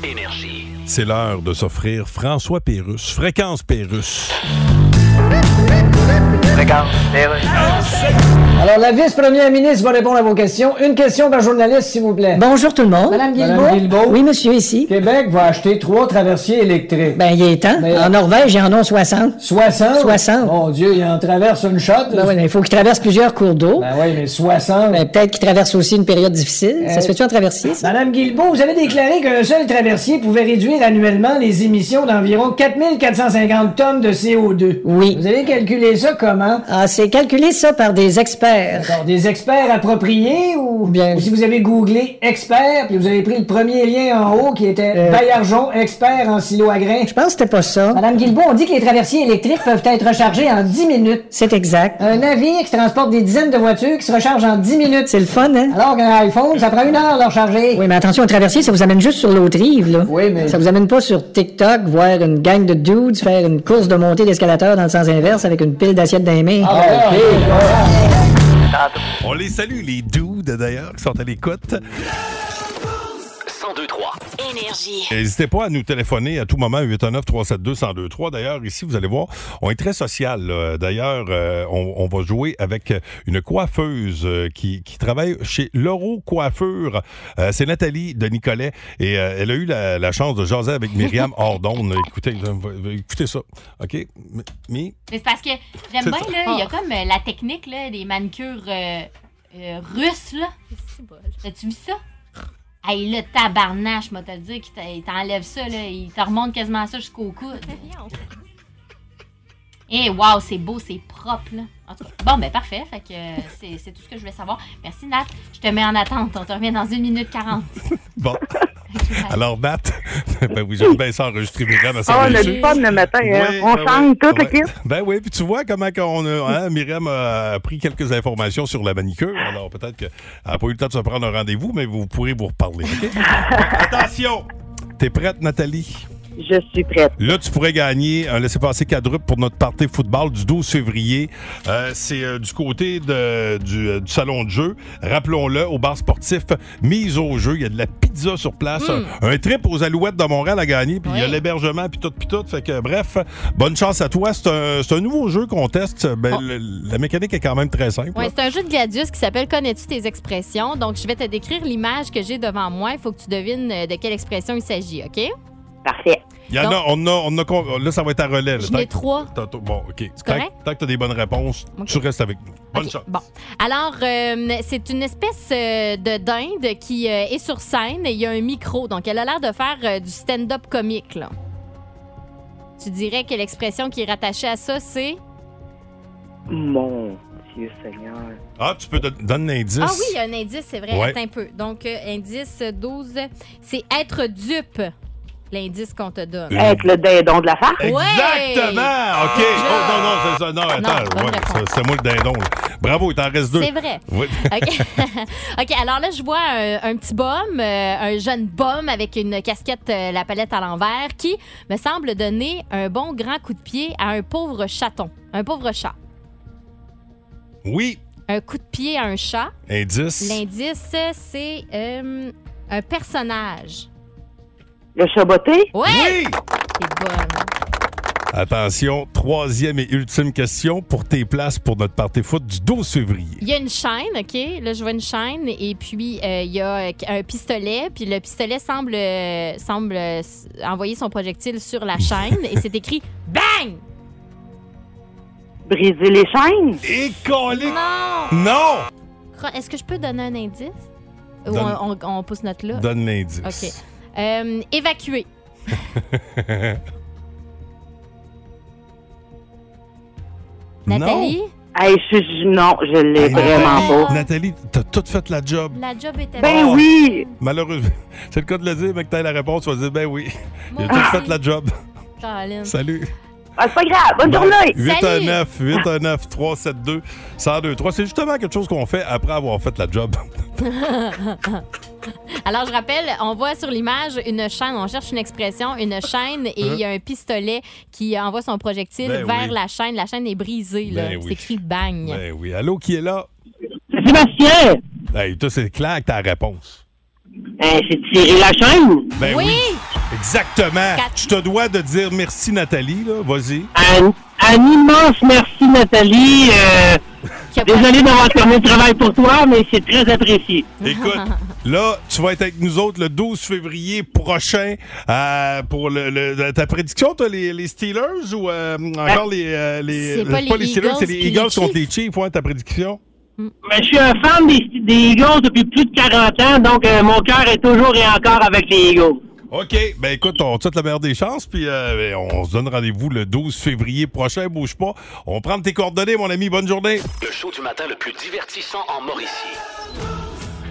S2: Énergie.
S3: C'est l'heure de s'offrir François Pérusse, Fréquence Pérusse.
S6: Alors, la vice-première ministre va répondre à vos questions. Une question par journaliste, s'il vous plaît.
S15: Bonjour tout le monde.
S6: Madame Guilbeault.
S15: Madame Guilbeault. Oui, monsieur, ici.
S6: Québec va acheter trois traversiers électriques.
S15: Ben, il est temps. En Norvège, ils en ont 60.
S6: 60?
S15: 60.
S6: Mon Dieu, il en traverse une shot.
S15: Ben oui, mais il faut qu'ils traversent plusieurs cours d'eau.
S6: Ben oui, mais 60.
S15: Ben, peut-être qu'ils traversent aussi une période difficile.
S6: Euh,
S15: Ça se fait-tu en traversier, ça?
S6: Madame Guilbeault, vous avez déclaré qu'un seul traversier pouvait réduire annuellement les émissions d'environ 4450 tonnes de CO2.
S15: Oui.
S6: Vous avez calculé ça comment?
S15: Ah, c'est calculé ça par des experts.
S6: D'accord, des experts appropriés ou bien si vous avez googlé expert puis vous avez pris le premier lien en haut qui était
S15: Euh,
S6: Bayarjon expert en silo à grains.
S15: Je pense que c'était pas ça.
S6: Madame Guilbeault, on dit que les traversiers électriques peuvent être rechargés en 10 minutes.
S15: C'est exact.
S6: Un navire qui transporte des dizaines de voitures qui se recharge en 10 minutes.
S15: C'est le fun, hein?
S6: Alors qu'un iPhone, ça prend une heure de le recharger.
S15: Oui, mais attention, un traversier, ça vous amène juste sur l'autre rive, là.
S6: Oui, mais-
S15: Ça vous amène pas sur TikTok, voir une gang de dudes faire une course de montée d'escalateur dans le sens inverse avec une pile d'assiettes dans les mains.
S6: Ah, ben,
S3: On les salue, les dudes, d'ailleurs, qui sont à l'écoute.
S2: 1023.
S1: Énergie.
S3: N'hésitez pas à nous téléphoner à tout moment, 819-372-1023. D'ailleurs, ici, vous allez voir, on est très social. là. D'ailleurs, euh, on, on va jouer avec une coiffeuse euh, qui, qui travaille chez Loro Coiffure. Euh, C'est Nathalie de Nicolet et euh, elle a eu la, la chance de jaser avec Myriam Ordon. Écoutez, euh, écoutez ça, OK? M- Mi?
S4: Mais c'est parce que j'aime
S3: C'est
S4: bien,
S3: ça.
S4: là, il y a comme euh, la technique là, des manicures euh, euh, russes, là. As-tu vu ça?
S13: Hey, le tabarnache, moi, te le dire, qu'il t'a- il t'enlève ça, là. Il te remonte quasiment ça jusqu'au coude. Eh, wow, c'est beau, c'est propre, là. En tout cas, bon, ben, parfait. Fait que euh, c'est c'est tout ce que je voulais savoir. Merci, Nat. Je te mets en attente. On te revient dans 1 minute 40.
S3: Bon. Alors, Nat, ben oui, j'aime bien ça enregistrer Myriam à
S7: Oh,
S3: sa
S14: Ah, le
S3: réussite.
S14: fun le matin, hein.
S3: Oui,
S14: On
S3: ben
S14: chante tout, le kit.
S3: Ben oui, puis tu vois comment qu'on a, hein, Myriam a pris quelques informations sur la manicure. Alors, peut-être qu'elle n'a pas eu le temps de se prendre un rendez-vous, mais vous pourrez vous reparler. OK? Attention! T'es prête, Nathalie?
S14: Je suis prête.
S3: Là, tu pourrais gagner un laissez-passer quadruple pour notre party football du 12 février. Euh, c'est euh, du côté de- du, euh, du salon de jeu. Rappelons-le, au bar sportif, mise au jeu. Il y a de la pizza sur place.
S14: Hmm.
S3: Un, un trip aux Alouettes de Montréal à gagner. Puis il y a l'hébergement, puis tout, puis tout. Fait que, bref, bonne chance à toi. C'est un, c'est un nouveau jeu qu'on teste.
S14: Oh.
S3: Ben, le- la mécanique est quand même très simple.
S4: Ouais, c'est un jeu de gladius qui s'appelle Connais-tu tes expressions? Donc, je vais te décrire l'image que j'ai devant moi. Il faut que tu devines euh, de quelle expression il s'agit, OK?
S14: Parfait.
S3: Il y en
S4: Donc-
S3: a, on a, on a con- là, ça va être à relais. là.
S4: J'en
S3: Tant
S4: ai
S3: que-
S4: trois.
S3: tant- Bon, OK. Tant,
S4: correct?
S3: tant que tu as des bonnes réponses, tu restes avec nous. Bonne chance.
S4: Alors, euh, c'est une espèce euh, de dinde qui euh, est sur scène et il y a un micro. Donc, elle a l'air de faire euh, du stand-up comique, là. Tu dirais que l'expression qui est rattachée à ça, c'est...
S14: Mon Dieu Seigneur.
S3: Ah, tu peux don- donner un indice.
S4: Ah oui, il y a un indice, c'est vrai.
S3: Ouais.
S4: Attends un peu. Donc, euh, indice 12, c'est être dupe, l'indice qu'on te donne.
S14: Être le dindon de la face.
S3: Exactement! OK. Oh, non, non, c'est ça. Non, attends.
S4: Ah bonne
S3: ouais, ça, c'est moi le dindon. là. Bravo, il t'en reste deux.
S4: C'est vrai.
S3: Oui.
S4: OK. OK, alors là, je vois un, un petit bum, euh, un jeune bum avec une casquette, euh, la palette à l'envers, qui me semble donner un bon grand coup de pied à un pauvre chaton, un pauvre chat.
S3: Oui.
S4: Un coup de pied à un chat.
S3: Indice.
S4: L'indice, euh, c'est euh, un personnage.
S14: Le chaboté.
S4: Ouais!
S3: Oui!
S4: C'est bon.
S3: Attention, troisième et ultime question pour tes places pour notre party foot du 12 février.
S4: Il y a une chaîne, OK? Là, je vois une chaîne et puis euh, il y a euh, un pistolet. Puis le pistolet semble, euh, semble euh, s- envoyer son projectile sur la chaîne et c'est écrit BANG!
S14: Briser les chaînes.
S3: Et coller.
S4: Non!
S3: Non!
S4: Cro- Est-ce que je peux donner un indice? Ou
S3: Donne-
S4: on, on- on pousse notre là?
S3: Donne l'indice.
S4: OK. Euh, évacuer. Nathalie?
S14: Hey, je suis. Non, je l'ai
S3: Hey, Nathalie,
S14: vraiment pas.
S3: Nathalie, t'as toute fait la job.
S4: La job était
S14: Ben
S4: bonne.
S14: oui!
S3: Malheureusement, c'est le cas de le dire, mais que t'as la réponse, tu vas dire ben oui. Il a
S4: Moi
S3: tout
S4: aussi.
S3: fait la job.
S4: Colin.
S3: Salut.
S14: Ah, c'est pas grave. Bonne journée.
S3: 819 819 372 1023. C'est justement quelque chose qu'on fait après avoir fait la job.
S4: Alors, je rappelle, on voit sur l'image une chaîne, on cherche une expression, une chaîne, et il y a un pistolet qui envoie son projectile
S3: Ben
S4: vers
S3: oui.
S4: la chaîne. La chaîne est brisée, là.
S3: Ben oui.
S4: C'est écrit bang.
S3: Ben oui. Allô, qui est là?
S14: Sébastien!
S3: Hey, toi, c'est clair que ta réponse.
S14: c'est Thierry Lachaine?
S3: Ben oui!
S14: Oui.
S3: Exactement! Je te dois de dire merci, Nathalie, là. Vas-y.
S14: Un, un immense merci, Nathalie. Euh, désolé d'avoir terminé le travail pour toi, mais c'est très apprécié.
S3: Écoute, là, tu vas être avec nous autres le 12 février prochain euh, pour le, le- ta prédiction. T'as les, les Steelers ou euh, encore les, euh, les.
S14: Ben, C'est pas les
S3: Steelers, c'est les
S14: Eagles puis
S3: Eagles
S14: les
S3: contre les Chiefs, ouais, ta prédiction?
S14: Ben, je suis un fan des, des Eagles depuis plus de 40 ans, donc euh, mon cœur est toujours et encore avec les Eagles.
S3: OK. Ben écoute, on te souhaite la meilleure des chances, puis euh, ben, on se donne rendez-vous le 12 février prochain. Bouge pas. On prend tes coordonnées, mon ami. Bonne journée.
S9: Le show du matin le plus divertissant en Mauricie.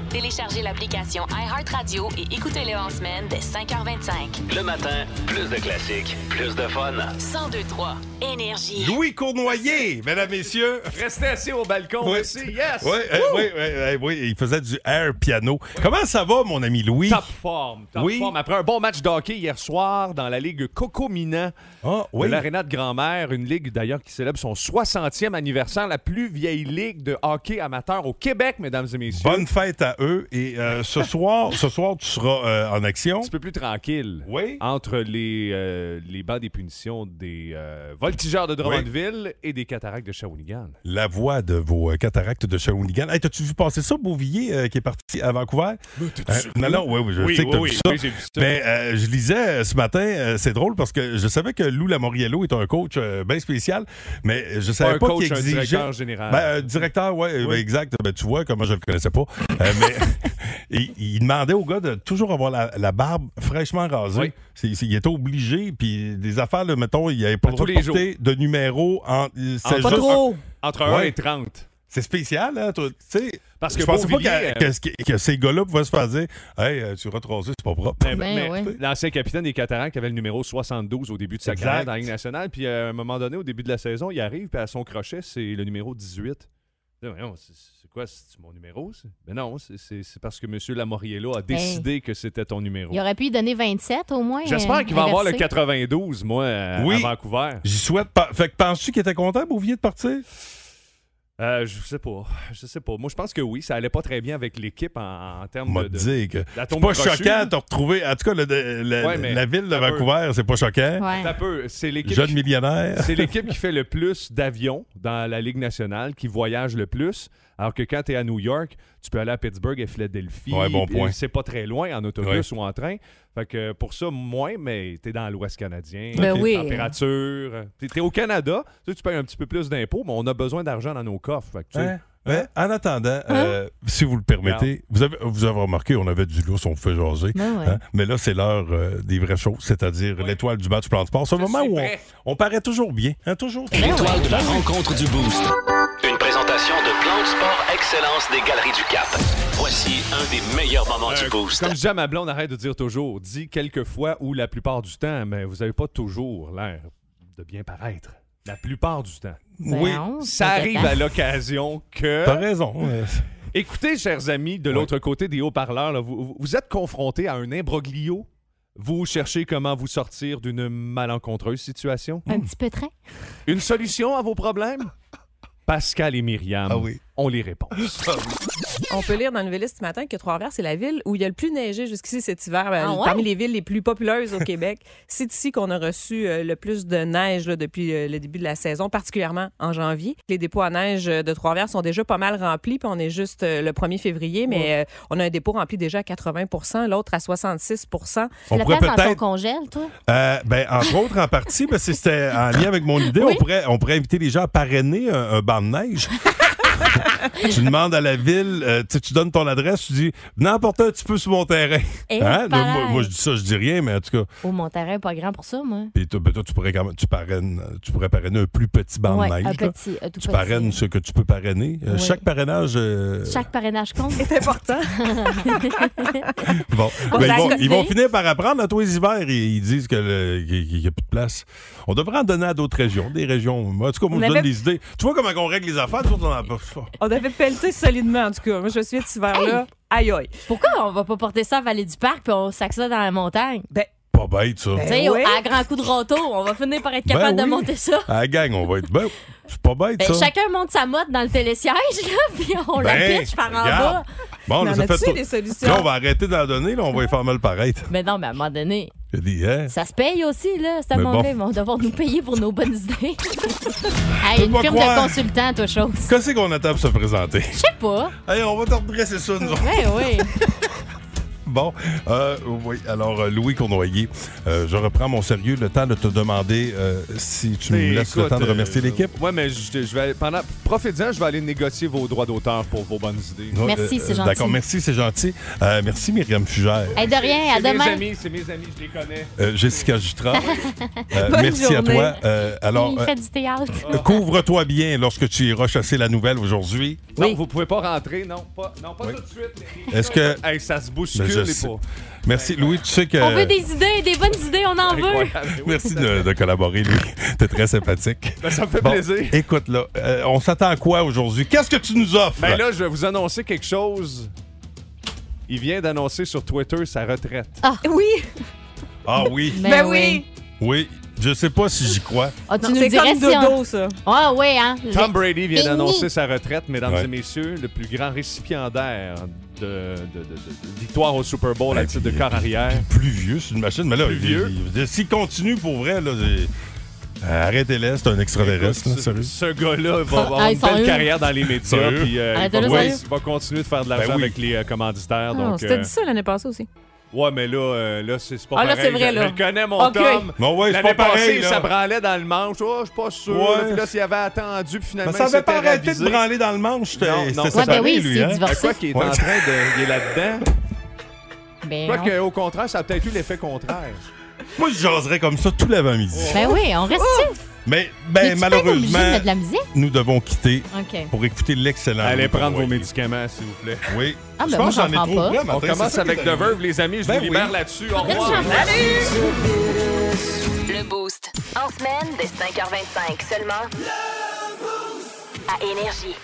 S1: Téléchargez l'application iHeartRadio et écoutez-le en semaine dès 5h25.
S9: Le matin, plus de classiques, plus de fun.
S1: 1023 Énergie.
S3: Louis Cournoyer, mesdames, messieurs.
S16: Restez assis au balcon
S3: Oui.
S16: aussi, yes!
S3: Oui, euh,
S16: Woo!
S3: oui, oui, oui, oui, il faisait du air piano. Comment ça va, mon ami Louis?
S16: Top forme, top
S3: Oui.
S16: forme. Après un bon match de hockey hier soir dans la Ligue Coco Mina
S3: Ah, oui.
S16: de l'Arena de Grand-Mère, une ligue d'ailleurs qui célèbre son 60e anniversaire, la plus vieille ligue de hockey amateur au Québec, mesdames et messieurs.
S3: Bonne fête à eux. Et euh, ce soir, ce soir, tu seras euh, en action. Un
S16: petit peu plus tranquille.
S3: Oui.
S16: Entre les, euh, les bancs des punitions des euh, voltigeurs de Drummondville et des cataractes de Shawinigan.
S3: La voix de vos euh, cataractes de Shawinigan. Hey, t'as-tu vu passer ça, Beauvillier, euh, qui est parti à Vancouver?
S16: Bah,
S3: Euh,
S16: t'as-tu vu?
S3: non, non, oui, oui, je
S16: Oui,
S3: sais que t'as
S16: oui,
S3: vu
S16: oui,
S3: ça.
S16: oui, j'ai vu ça.
S3: Mais euh, je lisais euh, ce matin, euh, c'est drôle parce que je savais que Lou Lamoriello est un coach euh, bien spécial, mais je savais
S16: un
S3: pas
S16: coach,
S3: qu'il
S16: un
S3: exigeait.
S16: directeur général.
S3: Ben, euh, directeur, ouais, ben, exact. Ben, tu vois comment je le connaissais pas. Euh, mais il, il demandait au gars de toujours avoir la, la barbe fraîchement rasée. C'est- c'est- il était obligé. Puis des affaires, là, mettons, il n'y avait pas
S16: À
S3: le
S16: tous
S3: droit de
S16: les jours.
S3: porter de numéro. En, c'est
S16: Pas
S3: juste
S16: trop.
S3: un-
S16: Entre un et 30.
S3: C'est spécial, hein, toi, tu sais.
S16: Parce que
S3: je pensais pas
S16: Beauvilliers,
S3: qu'à-
S16: euh,
S3: que, ce qui- que ces gars-là pouvaient se faire dire Hey, euh, tu vas te raser, c'est pas propre.
S16: Mais- Eh ben,
S4: Ben
S16: mais L'ancien capitaine des Cataractes avait le numéro 72 au début de sa
S3: Exact.
S16: carrière dans la Ligue nationale. Puis euh, à un moment donné, au début de la saison, il arrive, puis à son crochet, c'est le numéro 18. Là, Eh voyons, c'est- C'est quoi, c'est mon numéro? ça? Ben non, c'est- c'est c'est parce que M. Lamoriello a décidé que c'était ton numéro.
S4: Ben, Il aurait pu y donner 27 au moins.
S16: J'espère qu'il va avoir le
S4: inversé.
S16: 92, moi, à,
S3: Oui.
S16: à Vancouver.
S3: J'y souhaite pas. Fait que penses-tu qu'il était content, Bouvier, de partir?
S16: Euh, je sais pas. Je sais pas. Moi, je pense que oui, ça allait pas très bien avec l'équipe en, en termes
S3: M'a
S16: de. de-
S3: dit que.
S16: la
S3: C'est
S16: tombe
S3: pas
S16: crochue.
S3: choquant de te retrouver. En tout cas, le- le-
S16: Ouais, mais
S3: la ville de
S16: ça peut-
S3: Vancouver, c'est pas choquant.
S16: Ça peut. C'est l'équipe.
S3: Jeune
S16: qui-
S3: millionnaire.
S16: C'est l'équipe qui fait le plus d'avions dans la Ligue nationale, qui voyage le plus. Alors que quand tu es à New York, tu peux aller à Pittsburgh et Philadelphie.
S3: Ouais, bon point.
S16: Et C'est pas très loin en autobus ou en train. Fait que pour ça, moins, mais tu es dans l'Ouest canadien.
S17: Ben
S16: Ok.
S17: oui.
S16: Température. Tu es, au Canada. Tu, sais, tu payes un petit peu plus d'impôts, mais on a besoin d'argent dans nos coffres. Fait que, tu sais,
S3: Hein? Hein? En attendant, euh, si vous le
S16: Regarde.
S3: permettez, vous avez, vous avez remarqué, on avait du lousse, on vous fait jaser. hein.
S16: Ben ouais.
S3: Mais là, c'est l'heure euh, des vraies choses, c'est-à-dire l'étoile du match plan de sport. C'est le moment où on, on paraît toujours bien. hein, toujours.
S2: L'étoile de la rencontre du Boost.
S9: Une présentation de Plan de Sport Excellence des Galeries du Cap.
S2: Voici un des meilleurs moments du Boost.
S16: Euh, Comme jamais ma blonde arrête de dire toujours, dit quelquefois ou la plupart du temps, mais vous n'avez pas toujours l'air de bien paraître. La plupart du temps.
S3: Ben Oui. non,
S16: ça
S3: ça
S16: arrive
S3: dépend.
S16: à l'occasion que.
S3: T'as raison. euh,
S16: Écoutez, chers amis, de l'autre côté des haut-parleurs, là, vous, vous- vous êtes confrontés à un imbroglio. Vous cherchez comment vous sortir d'une malencontreuse situation.
S4: Un petit peu très.
S16: Une solution à vos problèmes? Pascal et Myriam
S3: Ah
S16: ont les réponses.
S18: On peut lire dans le Nouvelliste ce matin que Trois-Rivières, c'est la ville où il y a le plus neigé jusqu'ici cet hiver, ben,
S4: Ah ouais?
S18: parmi les villes les plus populeuses au Québec. C'est ici qu'on a reçu euh, le plus de neige là, depuis euh, le début de la saison, particulièrement en janvier. Les dépôts à neige euh, de Trois-Rivières sont déjà pas mal remplis, puis on est juste euh, le 1er février, mais euh, on a un dépôt rempli déjà à 80 l'autre à 66
S3: On pourrait peut-être-
S18: congèle, toi?
S3: euh, ben, entre autres, en partie, parce que c'était en lien avec mon idée, on, pourrait, on pourrait inviter les gens à parrainer un, un banc de neige. tu demandes à la ville, euh, tu sais, tu donnes ton adresse, tu dis venez emporter un petit peu sur mon terrain.
S4: Et
S3: Hein? Là,
S4: pareil.
S3: moi, moi, je dis ça, je dis rien, mais en tout cas.
S4: Oh, mon terrain est pas grand pour ça, moi.
S3: Puis toi, ben, toi, tu pourrais quand même- tu parraines, euh, tu pourrais parrainer un plus petit banc
S4: Ouais,
S3: de neige.
S4: un
S3: là.
S4: petit, un tout
S3: tu
S4: petit.
S3: parraines ce que tu peux parrainer. Euh,
S4: Oui.
S3: Chaque parrainage. euh,
S4: Chaque parrainage compte.
S18: C'est important.
S3: bon.
S4: Bon,
S3: Ben,
S4: ça
S3: ils,
S4: a
S3: vont,
S4: coté.
S3: ils vont finir par apprendre à tous les hivers. Ils, ils disent que le- qu'il n'y a plus de place. On devrait en donner à d'autres régions. Des régions. Moi, en tout cas, moi,
S18: On
S3: je donne
S18: avait-
S3: des idées. Tu vois comment on règle les affaires? Nous autres, on en a pas.
S18: On avait pelleté solidement, en tout cas. Moi, je me souviens de cet hiver-là. Aïe, aïe.
S4: Pourquoi on va pas porter ça à Vallée du Parc puis on sac ça dans la montagne?
S18: Ben,
S3: Pas bête, ça.
S4: tu sais, à grand coup de râteau, on va finir par être
S3: Ben
S4: capable
S3: oui.
S4: de monter ça.
S3: À la gang, on va être. Ben, c'est pas bête,
S4: Ben,
S3: ça.
S4: chacun monte sa motte dans le télésiège, là, puis on la
S3: Ben,
S4: pitch par en
S3: regarde.
S4: bas.
S3: Bon, là, ça fait tout.
S4: des
S3: Là, on va arrêter d'en donner. Là, on va les faire mal paraître.
S4: Mais non, mais à un moment donné,
S3: Je dis, hein?
S4: ça se paye aussi, là. C'est à
S3: Mais
S4: mon
S3: bon.
S4: gars, ils vont devoir nous payer pour nos bonnes idées. hey,
S3: peux
S4: une
S3: pas
S4: firme
S3: croire.
S4: de consultants, toi, chose.
S3: Qu'est-ce qu'on attend pour se présenter?
S4: Je sais pas.
S3: Allez, on va te redresser ça, nous autres.
S4: Ben oui.
S3: Bon, euh, oui, alors euh, Louis Cournoyer, euh, je reprends mon sérieux le temps de te demander euh, si tu me laisses le temps de remercier l'équipe.
S16: Oui, mais je, je vais aller- pendant profitez-en, je vais aller négocier vos droits d'auteur pour vos bonnes idées.
S3: Euh, euh, D'accord, merci, c'est gentil. Euh, merci Myriam Fugère,
S4: Hey, de rien, à
S16: C'est
S4: demain.
S16: Mes amis, c'est mes amis, je les connais.
S3: Euh, Jessica Jutra. Euh,
S4: Bonne
S3: merci à
S4: journée.
S3: toi. Euh, alors,
S4: Il
S3: euh,
S4: fait du théâtre.
S3: euh, couvre-toi bien lorsque tu iras chasser la nouvelle aujourd'hui.
S16: Non, vous pouvez pas rentrer, non, pas, non, pas tout de suite. les-
S3: Est-ce que
S16: Hey, ça se bouscule
S3: Ben, je
S16: les
S3: sais.
S16: pots.
S3: Merci Louis, tu sais que
S4: On veut des idées, des bonnes idées, on en veut.
S3: Merci de, de collaborer, Louis. T'es très sympathique.
S16: Ben, ça me fait plaisir.
S3: Écoute, là, euh, on s'attend à quoi aujourd'hui? Qu'est-ce que tu nous offres?
S16: Ben là, je vais vous annoncer quelque chose. Il vient d'annoncer sur Twitter sa retraite.
S4: Ah
S18: Eh oui.
S3: Ah oui.
S4: Ben Ben oui.
S3: Oui, je sais pas si j'y crois.
S4: Ah, tu
S18: Non,
S4: nous
S18: c'est
S4: dirais
S18: comme
S4: si on-
S18: dodo, ça.
S4: Ah ouais, hein.
S16: Tom
S4: Le-
S16: Brady vient
S4: Fini.
S16: d'annoncer sa retraite, mesdames et messieurs, le plus grand récipiendaire de, de- de- de- de victoire au Super Bowl à titre de corps arrière.
S3: Plus vieux, c'est une machine. Mais là,
S16: Plus
S3: il-
S16: vieux.
S3: il- s'il continue pour vrai, là, c'est- euh, arrêtez-le, c'est un extraterrestre. là, sérieux.
S16: Ben, Ce gars-là va avoir
S4: Ah, ils
S16: une
S4: sont
S16: belle
S4: eux.
S16: carrière dans les médias,
S3: Sérieux?
S16: puis euh, il, va,
S4: Arrêtez-le,
S16: oui,
S4: sérieux?
S16: il va continuer de faire de l'argent
S3: Ben oui.
S16: avec les euh, commanditaires.
S18: Ah, on
S16: donc,
S18: s'était
S16: euh,
S18: dit ça l'année passée aussi.
S16: Ouais, mais là, euh, là c'est c'est pas
S18: Ah, là,
S16: pareil.
S18: c'est vrai,
S16: Je- Je
S18: là.
S16: le connais, mon
S18: Ok.
S16: Tom.
S3: Non, ouais, c'est
S16: L'année
S3: pas
S16: passée,
S3: pareil, là.
S16: ça branlait dans le manche. Oh, je suis pas sûr.
S3: Ouais.
S16: Puis là, s'il avait attendu, puis finalement,
S3: Mais Ben, ça
S16: il s'était
S3: avait pas arrêté
S16: ravisé.
S3: de branler dans le manche. c'était-
S16: Non,
S3: c'était
S4: ben
S16: non.
S3: séparé, lui, hein.
S16: Je crois qu'il est en train de... Il est là-dedans. Je
S4: Ben,
S16: crois
S4: on-
S16: qu'au contraire, ça a peut-être eu l'effet contraire.
S3: Moi, je jaserais comme ça tout l'avant-midi.
S4: Ben oui, on reste
S18: Oh!
S4: ici.
S3: Mais, ben,
S4: Mais tu peux être obligé de
S3: malheureusement,
S4: mettre de la musique?
S3: nous devons quitter
S4: OK.
S3: pour écouter l'excellent.
S16: Allez
S3: Louis
S16: prendre
S3: Convoy.
S16: vos médicaments, s'il vous plaît.
S3: Oui.
S4: Ah, ben
S3: je
S4: moi,
S3: pense que j'en
S4: j'en
S3: ai
S4: prends
S3: trop
S4: pas.
S3: pris matin,
S16: On commence
S3: c'est ça
S16: avec
S3: qui
S16: The
S3: est arrivé.
S16: Verve, les amis. Je
S3: Ben
S16: vous
S3: oui.
S16: libère là-dessus. Au
S4: Faites
S16: revoir.
S4: changer.
S1: Le Boost. En semaine, dès 5h25 seulement. À Énergie.